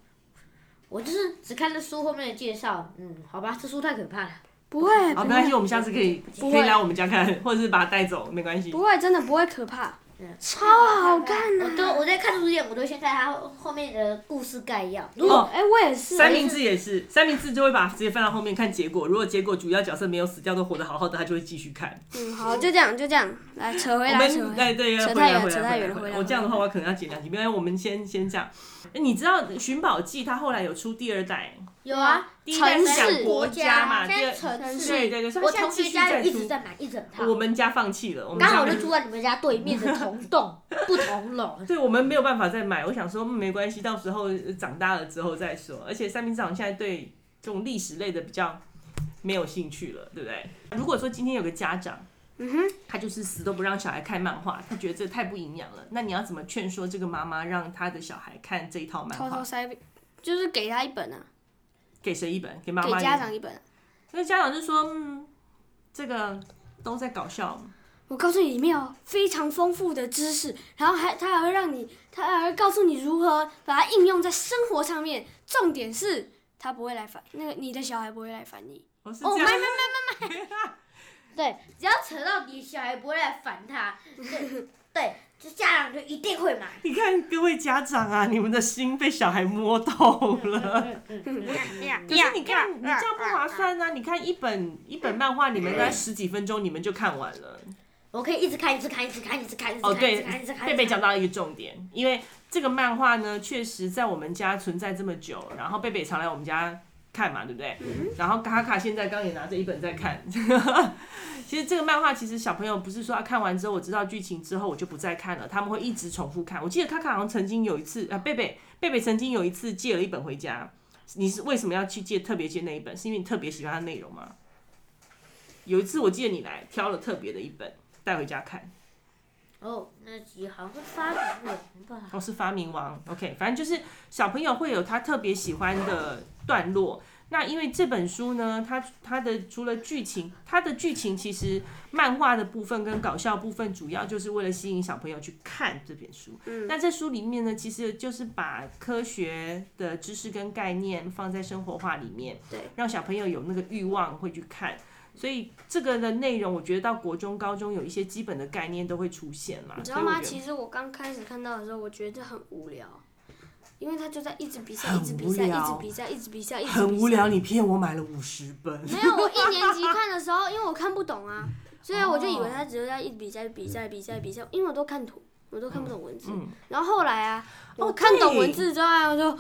Speaker 4: 我就是只看了书后面的介绍，嗯，好吧，这书太可怕了。
Speaker 2: 不会，
Speaker 1: 好，
Speaker 2: 不
Speaker 1: 没关系，
Speaker 2: 会，
Speaker 1: 我们下次可以
Speaker 2: 不
Speaker 1: 可
Speaker 2: 会
Speaker 1: 以来我们家看，或者是把它带走，没关系。
Speaker 2: 不会，真的不会可怕。超好看
Speaker 4: 我
Speaker 2: 啊！
Speaker 4: 都我在看书之前，我都先看他后面的故事概要。如
Speaker 1: 哦
Speaker 4: 果
Speaker 2: 哎、我也是，
Speaker 1: 三明治也是，三明治就会把直接放到后面看结果。如果结果主要角色没有死掉，都活得好好的，他就会继续看。
Speaker 2: 嗯，好，就这样，就这样，来扯回
Speaker 1: 我
Speaker 2: 来，扯
Speaker 1: 们
Speaker 2: 回来。
Speaker 1: 哎对，
Speaker 2: 扯
Speaker 1: 回
Speaker 2: 太
Speaker 1: 来
Speaker 2: 远
Speaker 1: 回
Speaker 2: 扯
Speaker 1: 来
Speaker 2: 太远了
Speaker 1: 回
Speaker 2: 回
Speaker 1: 来。
Speaker 2: 来
Speaker 1: 我这样的话，我可能要剪两集，没关系，我们先先这样。哎你知道《寻宝记》它后来有出第二代，
Speaker 4: 有啊，
Speaker 1: 第一代是
Speaker 2: 城
Speaker 1: 讲
Speaker 2: 市
Speaker 1: 国家嘛，第
Speaker 4: 现
Speaker 1: 二
Speaker 4: 在城市，
Speaker 1: 对对对，所以
Speaker 4: 我
Speaker 1: 它现
Speaker 4: 同
Speaker 1: 在继
Speaker 4: 学
Speaker 1: 续
Speaker 4: 家
Speaker 1: 在
Speaker 4: 有一直
Speaker 1: 出。
Speaker 4: 在买一整套，
Speaker 1: 我们家放弃了，我们
Speaker 4: 刚
Speaker 1: 家
Speaker 4: 好
Speaker 1: 没
Speaker 4: 就住在你们家对面的同 栋不同楼。
Speaker 1: 对我们没有办法再买。我想说、嗯没关系，到时候呃长大了之后再说。而且三明治好像现在对这种历史类的比较没有兴趣了，对不对？如果说今天有个家长，
Speaker 2: 嗯哼，
Speaker 1: 他就是死都不让小孩看漫画，他觉得这太不营养了，那你要怎么劝说这个妈妈让他的小孩看这一套漫
Speaker 2: 偷偷
Speaker 1: 画？
Speaker 2: 塞，就是给他一本啊，
Speaker 1: 给谁一本？给妈
Speaker 2: 给
Speaker 1: 妈一
Speaker 2: 家
Speaker 1: 本？
Speaker 2: 长一本、啊。
Speaker 1: 那家长就说，嗯，这个都在搞笑。
Speaker 2: 我告诉你，里面有非常丰富的知识，然后还他还会让你，他还会告诉你如何把它应用在生活上面。重点是，他不会来烦那个你的小孩不会来烦你。
Speaker 1: 我是
Speaker 2: 哦
Speaker 1: 这样，
Speaker 4: 对，只要扯到你小孩不会来烦他， 对对，就家长就一定会 买。
Speaker 1: 你看各位家长啊，你们的心被小孩摸透了。嗯 可是你看，你这样不划算啊！你看一本一本漫画，你们大概十几分钟你们就看完了。
Speaker 4: 我可以一直看，一直看，一直看，一直看，一直
Speaker 1: 哦，
Speaker 4: 看，一
Speaker 1: 对
Speaker 4: 直看，一直，看。
Speaker 1: 贝贝讲到一个重点，因为这个漫画呢，确实在我们家存在这么久，然后贝贝常来我们家看嘛，对不对？然后卡卡现在刚也拿着一本在看。 其实这个漫画，其实小朋友不是说啊看完之后我知道剧情之后我就不再看了，他们会一直重复看。我记得卡卡好像曾经有一次，啊贝贝贝贝曾经有一次借了一本回家。你是为什么要去借特别借那一本？是因为你特别喜欢它的内容吗？有一次我记得你来挑了特别的一本带回家看。
Speaker 4: 哦，那集好像是发明文
Speaker 2: 啊
Speaker 4: 吧？
Speaker 1: 哦我是发明王，OK，反正就是小朋友会有他特别喜欢的段落。那因为这本书呢，它它的除了剧情，它的剧情其实漫画的部分跟搞笑部分，主要就是为了吸引小朋友去看这本书。
Speaker 2: 嗯
Speaker 1: 那这书里面呢，其实就是把科学的知识跟概念放在生活化里面，
Speaker 2: 对，
Speaker 1: 让小朋友有那个欲望会去看。所以这个的内容，我觉得到国中、高中有一些基本的概念都会出现啦。
Speaker 2: 你知
Speaker 1: 所
Speaker 2: 道
Speaker 1: 以我
Speaker 2: 吗？
Speaker 1: 觉得
Speaker 2: 其实我刚开始看到的时候，我觉得很无聊，因为他就在一直比赛，
Speaker 1: 很
Speaker 2: 一直比赛，
Speaker 1: 无聊
Speaker 2: 一直比赛，一直比赛，一直比赛
Speaker 1: 很无。聊，你骗我买了五十本。
Speaker 2: 没有，我一年级看的时候，因为我看不懂啊，所以我就以为他只是在一直比赛、比赛、比赛、比赛，因为我都看图，我都看不懂文字。
Speaker 1: 嗯，
Speaker 2: 然后后来啊，
Speaker 1: 哦
Speaker 2: 我看懂文字之后啊，我就 啊，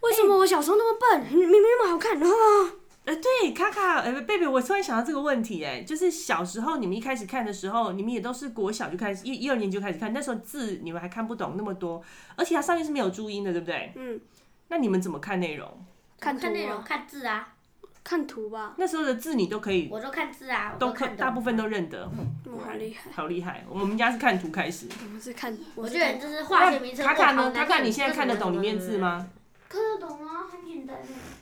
Speaker 2: 为
Speaker 1: 哎
Speaker 2: 什么我小时候那么笨，明明那么好看，然啊后
Speaker 1: 呃，对，卡卡，呃，贝贝，我突然想到这个问题，哎，就是小时候你们一开始看的时候，你们也都是国小就开始，一一二年级就开始看，那时候字你们还看不懂那么多，而且它上面是没有注音的，对不对？
Speaker 2: 嗯，
Speaker 1: 那你们怎么看内容？
Speaker 2: 看图
Speaker 4: 看内容，
Speaker 2: 啊，
Speaker 4: 看字啊，
Speaker 2: 看图吧，
Speaker 1: 那时候的字你都可以，
Speaker 4: 我都看字啊，我
Speaker 1: 都可
Speaker 4: 看
Speaker 1: 大部
Speaker 4: 懂。
Speaker 1: 分都认得，
Speaker 2: 我好厉害，
Speaker 1: 好厉害。我们家是看图开始。
Speaker 2: 我是看，
Speaker 4: 我
Speaker 2: 是
Speaker 4: 觉得
Speaker 2: 看
Speaker 4: 这是化学名称。
Speaker 1: 卡卡
Speaker 4: 我好
Speaker 1: 呢？卡
Speaker 4: 难
Speaker 1: 卡，你现在看得懂里面字？
Speaker 4: 嗯
Speaker 1: 吗？
Speaker 3: 看得懂啊，很简单。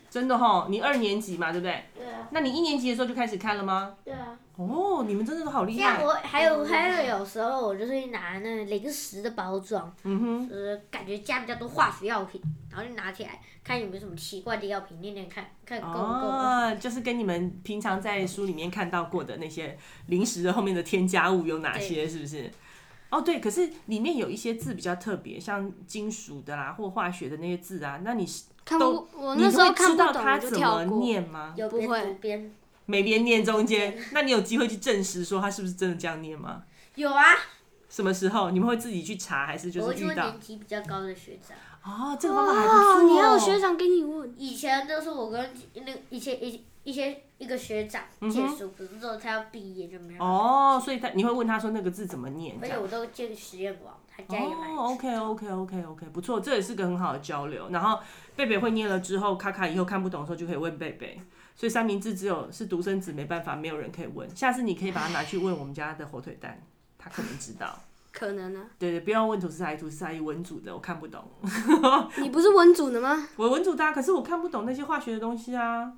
Speaker 1: 真的哈，你二年级嘛，对不对？
Speaker 3: 对啊，
Speaker 1: 那你一年级的时候就开始看了吗？
Speaker 3: 对啊。
Speaker 1: 哦，你们真的都好厉
Speaker 4: 像
Speaker 1: 害。
Speaker 4: 我
Speaker 1: 嗯
Speaker 4: 还有还有有时候我就是会拿那个零食的包装，
Speaker 1: 嗯哼。
Speaker 4: 就是感觉加比较多化学药品，然后就拿起来看有没有什么奇怪的药品，念念看看够不够。
Speaker 1: 哦，就是跟你们平常在书里面看到过的那些零食的后面的添加物有哪些，是不是？哦，对，可是里面有一些字比较特别，像金属的啦或化学的那些字啊，那你是
Speaker 2: 看
Speaker 1: 都
Speaker 2: 不，我那时候
Speaker 1: 你会
Speaker 2: 看
Speaker 1: 知
Speaker 2: 不
Speaker 1: 道
Speaker 2: 懂，我
Speaker 1: 它
Speaker 2: 就
Speaker 1: 怎
Speaker 2: 跳
Speaker 1: 么
Speaker 2: 过。
Speaker 1: 念吗？
Speaker 4: 有
Speaker 2: 不
Speaker 4: 边
Speaker 2: 会
Speaker 4: 读边
Speaker 1: 每边念中间， 那你有机会去证实说它是不是真的这样念吗？
Speaker 4: 有啊，
Speaker 1: 什么时候你们会自己去查，还是就
Speaker 4: 我
Speaker 1: 是
Speaker 4: 就
Speaker 1: 遇
Speaker 4: 问
Speaker 1: 到
Speaker 4: 年？级比较高的学长。
Speaker 1: 哦，这个方法还不
Speaker 2: 哦，你
Speaker 1: 错。
Speaker 2: 要有学长给你问，
Speaker 4: 以前都是我跟那个以前一一些一个学长借书，可是之后他要毕业就没
Speaker 1: 嗯
Speaker 4: 有。
Speaker 1: 哦，所以他你会问他说那个字怎么念？这
Speaker 4: 而
Speaker 1: 样
Speaker 2: 哎
Speaker 4: 且我都借给实验网，他家也买。
Speaker 1: 哦，OK OK OK OK，不错，这也是个很好的交流。然后贝贝会念了之后，卡卡以后看不懂的时候就可以问贝贝。所以三明治只有是独生子，没办法，没有人可以问。下次你可以把它拿去问我们家的火腿蛋，他可能知道。
Speaker 2: 可能 啊，
Speaker 1: 对对，不要问吐司阿姨，吐司阿姨文组的我看不懂，
Speaker 2: 你不是文组的吗？
Speaker 1: 我文组的、啊，可是我看不懂那些化学的东西啊，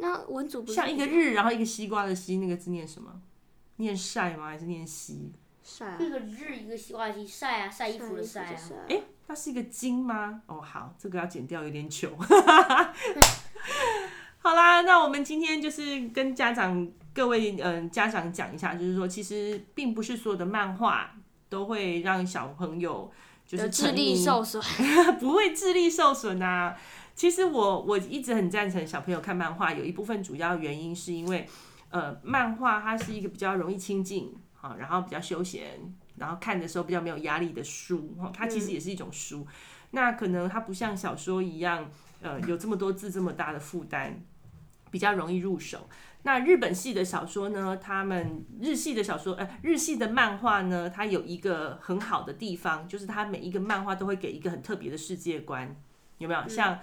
Speaker 2: 那文组不是
Speaker 1: 像一个日，然后一个西瓜的西，那个字念什么？念晒吗？还是念西？
Speaker 2: 晒啊
Speaker 4: 一个日一个西瓜皮晒啊，晒衣服的晒啊。
Speaker 2: 啊
Speaker 1: 哎、 它是一个金吗？哦，好，这个要剪掉，有点糗。好啦，那我们今天就是跟家长各位嗯、呃家长讲一下，就是说其实并不是所有的漫画都会让小朋友就是
Speaker 2: 有智
Speaker 1: 沉
Speaker 2: 力
Speaker 1: 迷
Speaker 2: 受损，
Speaker 1: 不会智力受损啊。其实我我一直很赞成小朋友看漫画，有一部分主要原因是因为，呃，漫画它是一个比较容易亲近，好，然后比较休闲，然后看的时候比较没有压力的书，哈，它
Speaker 2: 嗯
Speaker 1: 其实也是一种书。那可能它不像小说一样，呃，有这么多字这么大的负担，比较容易入手。那日本系的小说呢，他们日系的小说，呃，日系的漫画呢，它有一个很好的地方，就是它每一个漫画都会给一个很特别的世界观，有没有？
Speaker 4: 嗯
Speaker 1: 像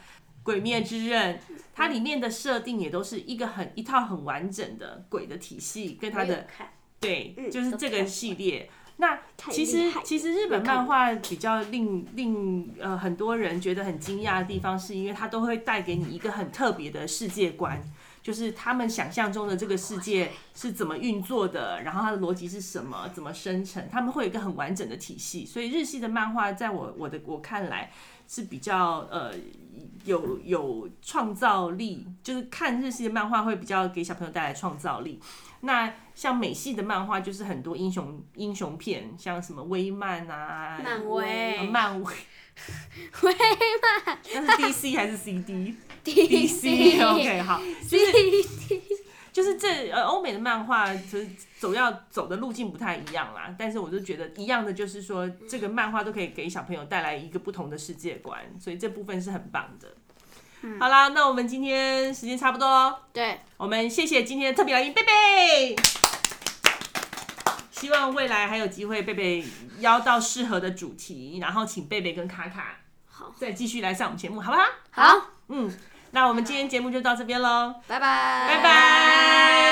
Speaker 1: 《鬼灭之刃》，它里面的设定也都是一个很一套很完整的鬼的体系，跟它
Speaker 4: 我有
Speaker 1: 的
Speaker 4: 看
Speaker 1: 对，就是
Speaker 4: 都
Speaker 1: 这
Speaker 4: 看
Speaker 1: 个
Speaker 4: 过
Speaker 1: 系列。那
Speaker 2: 太厉
Speaker 1: 其实
Speaker 2: 害
Speaker 1: 其实日本
Speaker 2: 看
Speaker 1: 漫画比较令令呃很多人觉得很惊讶的地方，是因为它都会带给你一个很特别的世界观，就是他们想象中的这个世界是怎么运作的，然后它的逻辑是什么，怎么生成，他们会有一个很完整的体系。所以日系的漫画，在我我的我看来是比较呃有有创造力，就是看日系的漫画会比较给小朋友带来创造力。那像美系的漫画，就是很多英雄英雄片，像什么威曼啊、
Speaker 4: 漫
Speaker 1: 呃
Speaker 2: 威
Speaker 1: 漫威、
Speaker 2: 威
Speaker 1: 那是 DC 还是 CD？DC OK 好，就是就是这呃欧美的漫画其实走要走的路径不太一样啦，但是我就觉得一样的就是说这个漫画都可以给小朋友带来一个不同的世界观，所以这部分是很棒的。好啦，那我们今天时间差不多喽，
Speaker 2: 对，
Speaker 1: 我们谢谢今天的特别来宾贝贝。希望未来还有机会贝贝邀到适合的主题，然后请贝贝跟卡卡
Speaker 4: 好
Speaker 1: 再继续来上我们节目，好不好？
Speaker 2: 好，
Speaker 1: 嗯，那我们今天节目就到这边喽，
Speaker 2: 拜拜，
Speaker 1: 拜拜。
Speaker 4: 哎